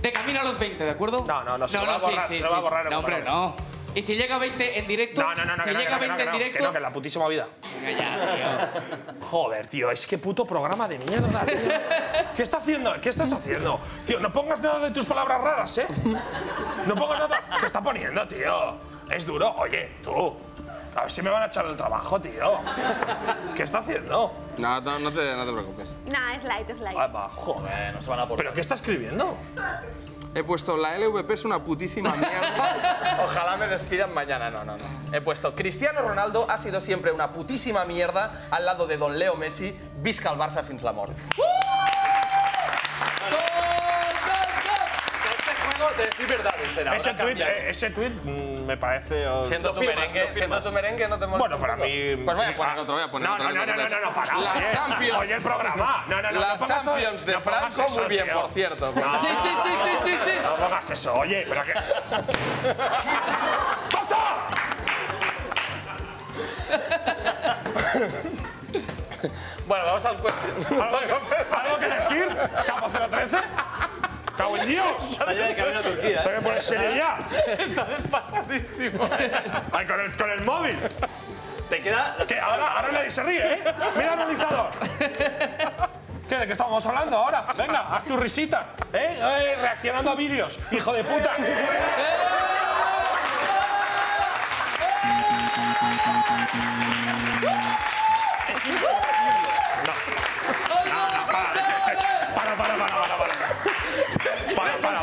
Speaker 2: De camino a los 20, ¿de acuerdo? No,
Speaker 11: no, se lo va a borrar, se lo va a borrar en
Speaker 2: No, hombre,
Speaker 11: cuatro
Speaker 2: no. Y si llega a 20 en directo,
Speaker 11: No, no, no,
Speaker 2: si
Speaker 11: no, que no, que
Speaker 2: llega
Speaker 11: no, que
Speaker 2: 20
Speaker 11: no, que
Speaker 2: en
Speaker 11: no, que no,
Speaker 2: directo,
Speaker 11: que la putísima vida.
Speaker 2: Venga ya,
Speaker 11: Joder, tío, es que puto programa de mierda, tío. ¿Qué está haciendo? ¿Qué estás haciendo? Tío, no pongas nada de tus palabras raras, ¿eh? No pongas nada. ¿Qué está poniendo, tío? Es duro. Oye, tú. A ver si me van a echar el trabajo, tío. ¿Qué está haciendo?
Speaker 1: No, no, no, te, no te preocupes.
Speaker 12: Nah, es light, es light.
Speaker 11: Ah, va, joder.
Speaker 3: No se van a por.
Speaker 11: ¿Pero qué está escribiendo?
Speaker 1: He puesto la LVP es una putísima mierda. Ojalá me despidan mañana. No, no, no. He puesto Cristiano Ronaldo ha sido siempre una putísima mierda al lado de Don Leo Messi, visca el Barça fins la mort.
Speaker 3: Este juego de decir verdades era.
Speaker 11: Ese
Speaker 3: ahora
Speaker 11: tweet,
Speaker 3: cambia.
Speaker 11: eh, ese tweet mm, me parece. oh,
Speaker 1: Siendo
Speaker 11: lo
Speaker 1: tu,
Speaker 11: firmas,
Speaker 1: merengue,
Speaker 11: lo
Speaker 1: siendo
Speaker 11: firmas.
Speaker 1: tu merengue, no te molesta.
Speaker 11: Bueno, para
Speaker 1: un poco.
Speaker 11: mí.
Speaker 1: Pues voy a poner otro, voy a poner
Speaker 11: No,
Speaker 1: otro.
Speaker 11: no, no, no, no, no, no, para.
Speaker 1: La
Speaker 11: oye,
Speaker 1: Champions.
Speaker 11: Oye, el programa. No, no, no.
Speaker 1: La
Speaker 11: no pongas eso,
Speaker 1: Champions de
Speaker 11: no pongas
Speaker 1: Franco,
Speaker 11: eso,
Speaker 1: muy bien,
Speaker 11: tío.
Speaker 1: por cierto.
Speaker 11: No,
Speaker 1: Sí, sí, sí, sí, sí, sí.
Speaker 11: No pongas eso, oye, pero que. ¡Basta!
Speaker 1: Bueno, vamos al cuento.
Speaker 11: ¿Algo que decir? ¿Capo 013? ¡Cago en Dios!
Speaker 3: Vaya de camino a Turquía, ¿eh?
Speaker 11: Tengo que poner serio ya.
Speaker 1: Está desfasadísimo.
Speaker 11: Ay, con el, con el móvil.
Speaker 3: Te queda.
Speaker 11: Que ahora, ahora nadie se ríe, ¿eh? Mira el analizador. ¿Qué, ¿De qué estamos hablando ahora? Venga, haz tu risita. ¿Eh? Eh, Reaccionando a vídeos, hijo de puta. Para, para, para, para, para. Para, para, para.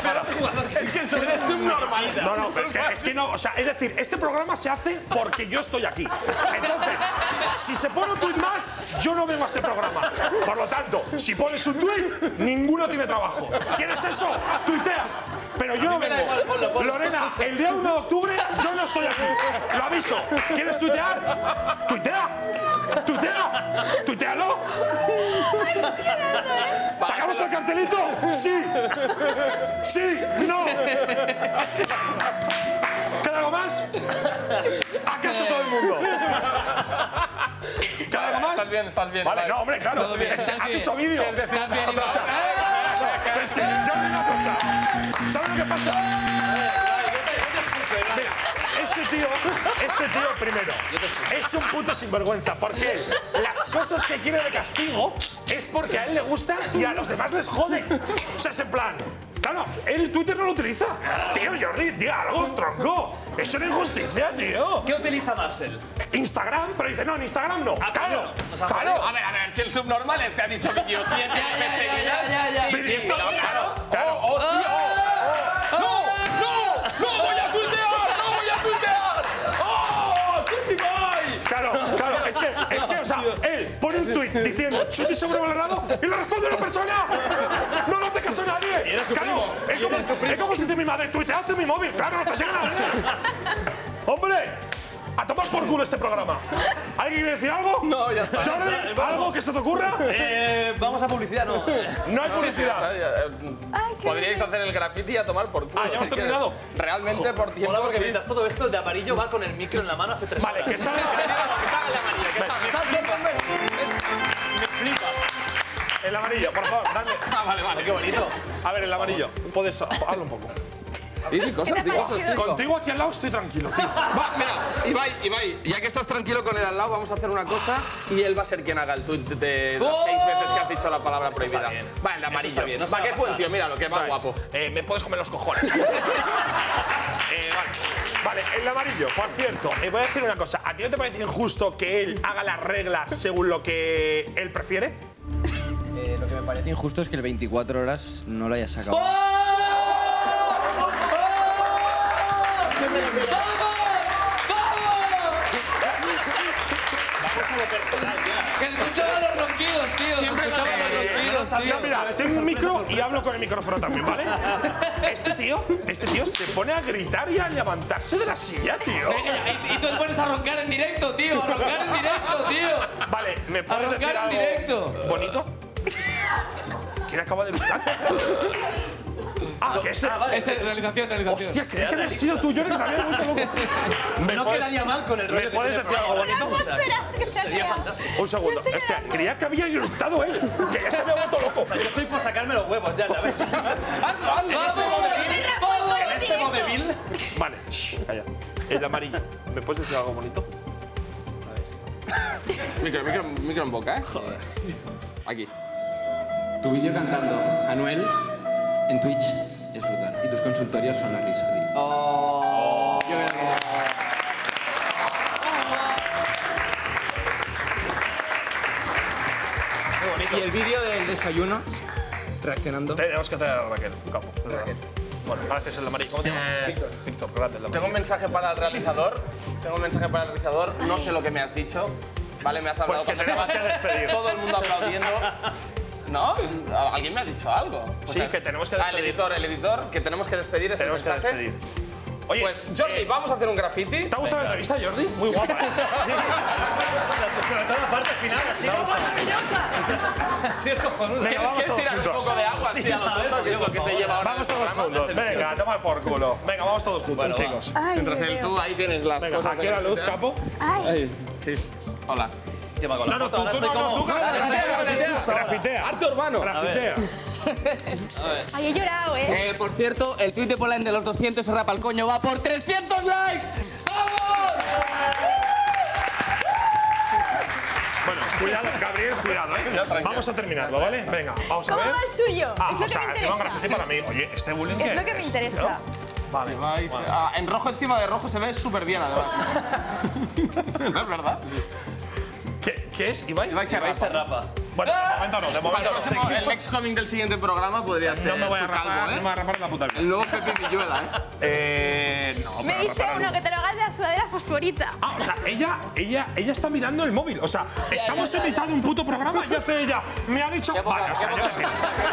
Speaker 11: Es que eres un normal. No, no, pero es que, es que no. O sea, es decir, este programa se hace porque yo estoy aquí. Entonces, si se pone un tuit más, yo no vengo a este programa. Por lo tanto, si pones un tuit, ninguno tiene trabajo. ¿Quieres eso? Tuitea. Pero yo no
Speaker 3: me da
Speaker 11: vengo.
Speaker 3: igual, ponlo, ponlo.
Speaker 11: Lorena, el día 1 de octubre yo no estoy aquí. Lo aviso. ¿Quieres tuitear? ¡Tuitea! ¡Tuitea! ¡Tuitealo! ¿Sacamos el cartelito? ¡Sí! ¡Sí! ¡No! ¿Queda algo más? ¿A casa todo el mundo? ¿Queda algo más?
Speaker 1: Estás bien, estás bien.
Speaker 11: Vale,
Speaker 1: Ibai.
Speaker 11: no, hombre, claro.
Speaker 1: Todo bien,
Speaker 11: Es que
Speaker 1: estás
Speaker 11: has
Speaker 1: bien.
Speaker 11: dicho vídeo.
Speaker 1: Quieres decir
Speaker 11: Otra
Speaker 1: otra
Speaker 11: cosa. Pero es que yo digo una cosa. ¿Sabes lo que pasa? Mira, este tío, este tío primero, es un puto sinvergüenza porque él, las cosas que quiere de castigo es porque a él le gusta y a los demás les jode. O sea, es en plan, claro, él Twitter no lo utiliza. Tío, Jordi, tío, algo tronco. Es una injusticia, tío.
Speaker 3: ¿Qué utiliza más él?
Speaker 11: Instagram, pero dice, no, en Instagram no.
Speaker 1: Ah,
Speaker 11: Claro,
Speaker 3: Nos ha jodido.
Speaker 11: claro.
Speaker 1: A ver, a ver, si el subnormal este ha dicho vídeo 7
Speaker 2: Ya, ya,
Speaker 1: me
Speaker 2: ya,
Speaker 1: seguirás.
Speaker 2: ya, ya, ya.
Speaker 1: Y esto,
Speaker 11: Claro,
Speaker 1: claro.
Speaker 11: claro.
Speaker 1: Oh, tío, oh, oh. ¡No! ¡No! ¡No voy a tuitear! ¡No voy a tuitear! ¡Oh! ¡Sí, Ibai!
Speaker 11: Claro, claro, es que, es que, o sea, él pone un tuit diciendo chute sobrevalorado y le responde una persona. No le hace caso a nadie.
Speaker 1: era su
Speaker 11: Claro,
Speaker 1: primo,
Speaker 11: es como, es como si dice mi madre, tuitea hace mi móvil. Claro, no te llega nada. Hombre, a tomar por culo este programa. ¿Alguien quiere decir algo?
Speaker 3: No, ya está.
Speaker 11: Jordi,
Speaker 3: Ya está.
Speaker 11: ¿algo que se te ocurra?
Speaker 3: Eh, vamos a publicidad, ¿no?
Speaker 11: No hay publicidad.
Speaker 1: Podríais hacer el graffiti y a tomar por culo.
Speaker 11: Ah, ya hemos
Speaker 1: si
Speaker 11: terminado.
Speaker 1: quieres. Realmente por tiempo.
Speaker 3: Mola porque
Speaker 1: sí.
Speaker 3: mientras todo esto, el de amarillo va con el micro en la mano hace tres
Speaker 11: Vale, que
Speaker 3: horas.
Speaker 11: salga. El amarillo, por favor, dame.
Speaker 3: Ah, vale, vale, qué bonito.
Speaker 11: A ver, el amarillo. Puedes habla un poco.
Speaker 1: Y di cosas, di cosas, tío.
Speaker 11: Contigo aquí al lado estoy tranquilo, tío.
Speaker 1: Va, mira, Ibai, Ibai, ya que estás tranquilo con el al lado, vamos a hacer una cosa y él va a ser quien haga el tuit de las seis veces que has dicho la palabra prohibida.
Speaker 3: bien.
Speaker 1: Va, el
Speaker 3: Eso
Speaker 1: amarillo.
Speaker 3: está bien, no se
Speaker 1: va,
Speaker 3: va
Speaker 1: que
Speaker 3: a
Speaker 1: es buen
Speaker 3: pasar.
Speaker 1: tío, mira lo que va
Speaker 11: Vale.
Speaker 1: guapo.
Speaker 11: Eh, me puedes comer los cojones. Eh, vale. Vale, el amarillo, por cierto, eh, voy a decir una cosa. ¿A ti no te parece injusto que él haga las reglas según lo que él prefiere?
Speaker 7: Eh, lo que me parece injusto es que el 24 horas no lo hayas sacado.
Speaker 3: Vamos a lo personal, ya.
Speaker 2: Escuchaba los ronquidos, tío.
Speaker 11: Siempre
Speaker 2: escuchaba los ronquidos, tío.
Speaker 11: Yo, mira, tengo un micro y hablo con el micrófono también, ¿vale? Este tío, este tío se pone a gritar y a levantarse de la silla, tío.
Speaker 2: Y, y tú te pones a roncar en directo, tío. A roncar en directo, tío.
Speaker 11: Vale, me
Speaker 2: A
Speaker 11: puedes decir
Speaker 2: roncar en
Speaker 11: algo
Speaker 2: directo.
Speaker 11: bonito. ¿Quién acaba de gritar? Ah, que ese,
Speaker 2: Esta es realización, realización.
Speaker 11: Hostia, creí que había sido tú, yo que también me vuelto loco. ¿Me
Speaker 1: Pues
Speaker 3: No
Speaker 11: puedes-
Speaker 3: quedaría mal con el rollo
Speaker 11: ¿Me
Speaker 3: que
Speaker 11: puedes
Speaker 3: tiene
Speaker 11: decir algo
Speaker 3: el programa.
Speaker 11: bonito?
Speaker 3: Sería fantástico.
Speaker 11: Un segundo, hostia, creía que había gritado, ¿eh? Que ya se me ha vuelto loco.
Speaker 3: O sea, yo estoy por sacarme los huevos ya, ¿la ves?
Speaker 2: ¡Hazlo, hazlo!
Speaker 3: En este vodevil.
Speaker 11: Vale, shh, calla. El amarillo. ¿Me puedes decir algo bonito?
Speaker 1: Micro, micro, micro en boca, ¿eh? Joder. Aquí.
Speaker 7: Tu vídeo cantando, Anuel, en Twitch es brutal. Y tus consultorios son la risa, tío. Yo creo que- Y el vídeo del desayuno, reaccionando.
Speaker 11: Tenemos que traer a Raquel, capo. Raquel. Bueno, gracias el amarillo. ¿Cómo te llamas? Víctor. Víctor, gracias el
Speaker 1: Tengo un
Speaker 11: amarillo.
Speaker 1: mensaje para el realizador. Tengo un mensaje para el realizador. No sé lo que me has dicho. Vale, me has hablado
Speaker 11: Pues que
Speaker 1: cuando
Speaker 11: tenemos
Speaker 1: estabas
Speaker 11: que despedir.
Speaker 1: Todo el mundo aplaudiendo. ¿No? ¿Alguien me ha dicho algo? O
Speaker 11: Sí, que tenemos que
Speaker 1: Ah, el
Speaker 11: despedir.
Speaker 1: editor, el editor, que tenemos que despedir ese
Speaker 11: Tenemos que
Speaker 1: mensaje.
Speaker 11: despedir. eh, Oye,
Speaker 1: pues Jordi, vamos a hacer un graffiti.
Speaker 11: ¿Te ha gustado la entrevista, Jordi? Muy guapa, ¿eh? Sí. O sea, sobre todo la parte final, así.
Speaker 3: Sí, es cojonudo.
Speaker 11: Venga, vamos
Speaker 1: ¿Quieres
Speaker 11: todos
Speaker 1: tirar un
Speaker 11: juntos.
Speaker 1: poco de agua así a lo tonto, que es lo que se lleva ahora? en
Speaker 11: Vamos
Speaker 1: el
Speaker 11: todos
Speaker 1: programa?
Speaker 11: juntos. Venga, toma por culo. Venga, vamos todos juntos,
Speaker 1: Bueno,
Speaker 11: chicos.
Speaker 1: va. Mientras el tú ahí tienes las
Speaker 11: Venga,
Speaker 1: cosas.
Speaker 11: aquí
Speaker 1: de-
Speaker 11: la luz, capo.
Speaker 1: Ay. Sí. Hola.
Speaker 3: Lleva con la
Speaker 11: No, no,
Speaker 3: foto,
Speaker 11: tú,
Speaker 3: ahora
Speaker 11: tú
Speaker 3: estoy
Speaker 11: no, no,
Speaker 3: como...
Speaker 11: tú, Grafitea.
Speaker 1: Arte urbano.
Speaker 11: Grafitea.
Speaker 12: Ay, he llorado, ¿eh?
Speaker 7: Eh, por cierto, el tweet de Polan de los 200 se rapa el coño va por 300 likes.
Speaker 11: Bueno, cuidado, Gabriel, cuidado,
Speaker 1: No,
Speaker 11: ¿eh?
Speaker 1: tranquilo.
Speaker 11: Vamos a terminarlo, ¿vale? Venga, vamos a
Speaker 12: ¿Cómo
Speaker 11: ver.
Speaker 12: va el suyo?
Speaker 11: Ah,
Speaker 12: es lo
Speaker 11: o sea,
Speaker 12: que me
Speaker 11: tengo un
Speaker 12: interesa.
Speaker 11: grafiti para mí. Oye, este bullying
Speaker 12: Es
Speaker 11: ¿qué
Speaker 12: lo que me interesa.
Speaker 11: tío? Vale, vale.
Speaker 1: Ah, en rojo encima de rojo se ve súper bien, además. ¿No es verdad?
Speaker 11: ¿Qué, qué es, Ibai?
Speaker 1: Ibai se
Speaker 3: Ahí se
Speaker 1: rapa.
Speaker 3: rapa.
Speaker 11: Bueno, de momento no, de momento
Speaker 1: Para
Speaker 11: no.
Speaker 1: el próximo- el next coming del siguiente programa podría ser
Speaker 11: No me voy a
Speaker 1: tu calvo,
Speaker 11: rapar, no me
Speaker 1: ¿eh?
Speaker 11: voy a rapar en la puta vida.
Speaker 1: El nuevo Pepe Villuela, ¿eh?
Speaker 11: Eh, no,
Speaker 12: Me
Speaker 11: pero
Speaker 12: dice
Speaker 11: rapar
Speaker 12: uno
Speaker 11: algo.
Speaker 12: que te lo hagas de la sudadera fosforita.
Speaker 11: Ah, o sea, ella, ella, ella está mirando el móvil. O sea, estamos en mitad de un puto programa y hace ella. Me ha dicho. Vale, o sea, ya me piro.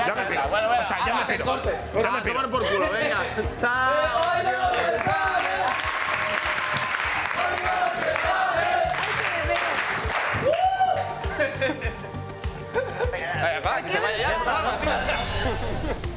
Speaker 11: Ya me piro.
Speaker 1: Bueno, bueno,
Speaker 11: O sea, ya me
Speaker 1: ala, que
Speaker 11: piro.
Speaker 1: corte.
Speaker 11: Ya me
Speaker 1: A
Speaker 11: piro.
Speaker 1: tomar por culo, venga. Chao. adiós. Venga, va, que te vaya ya.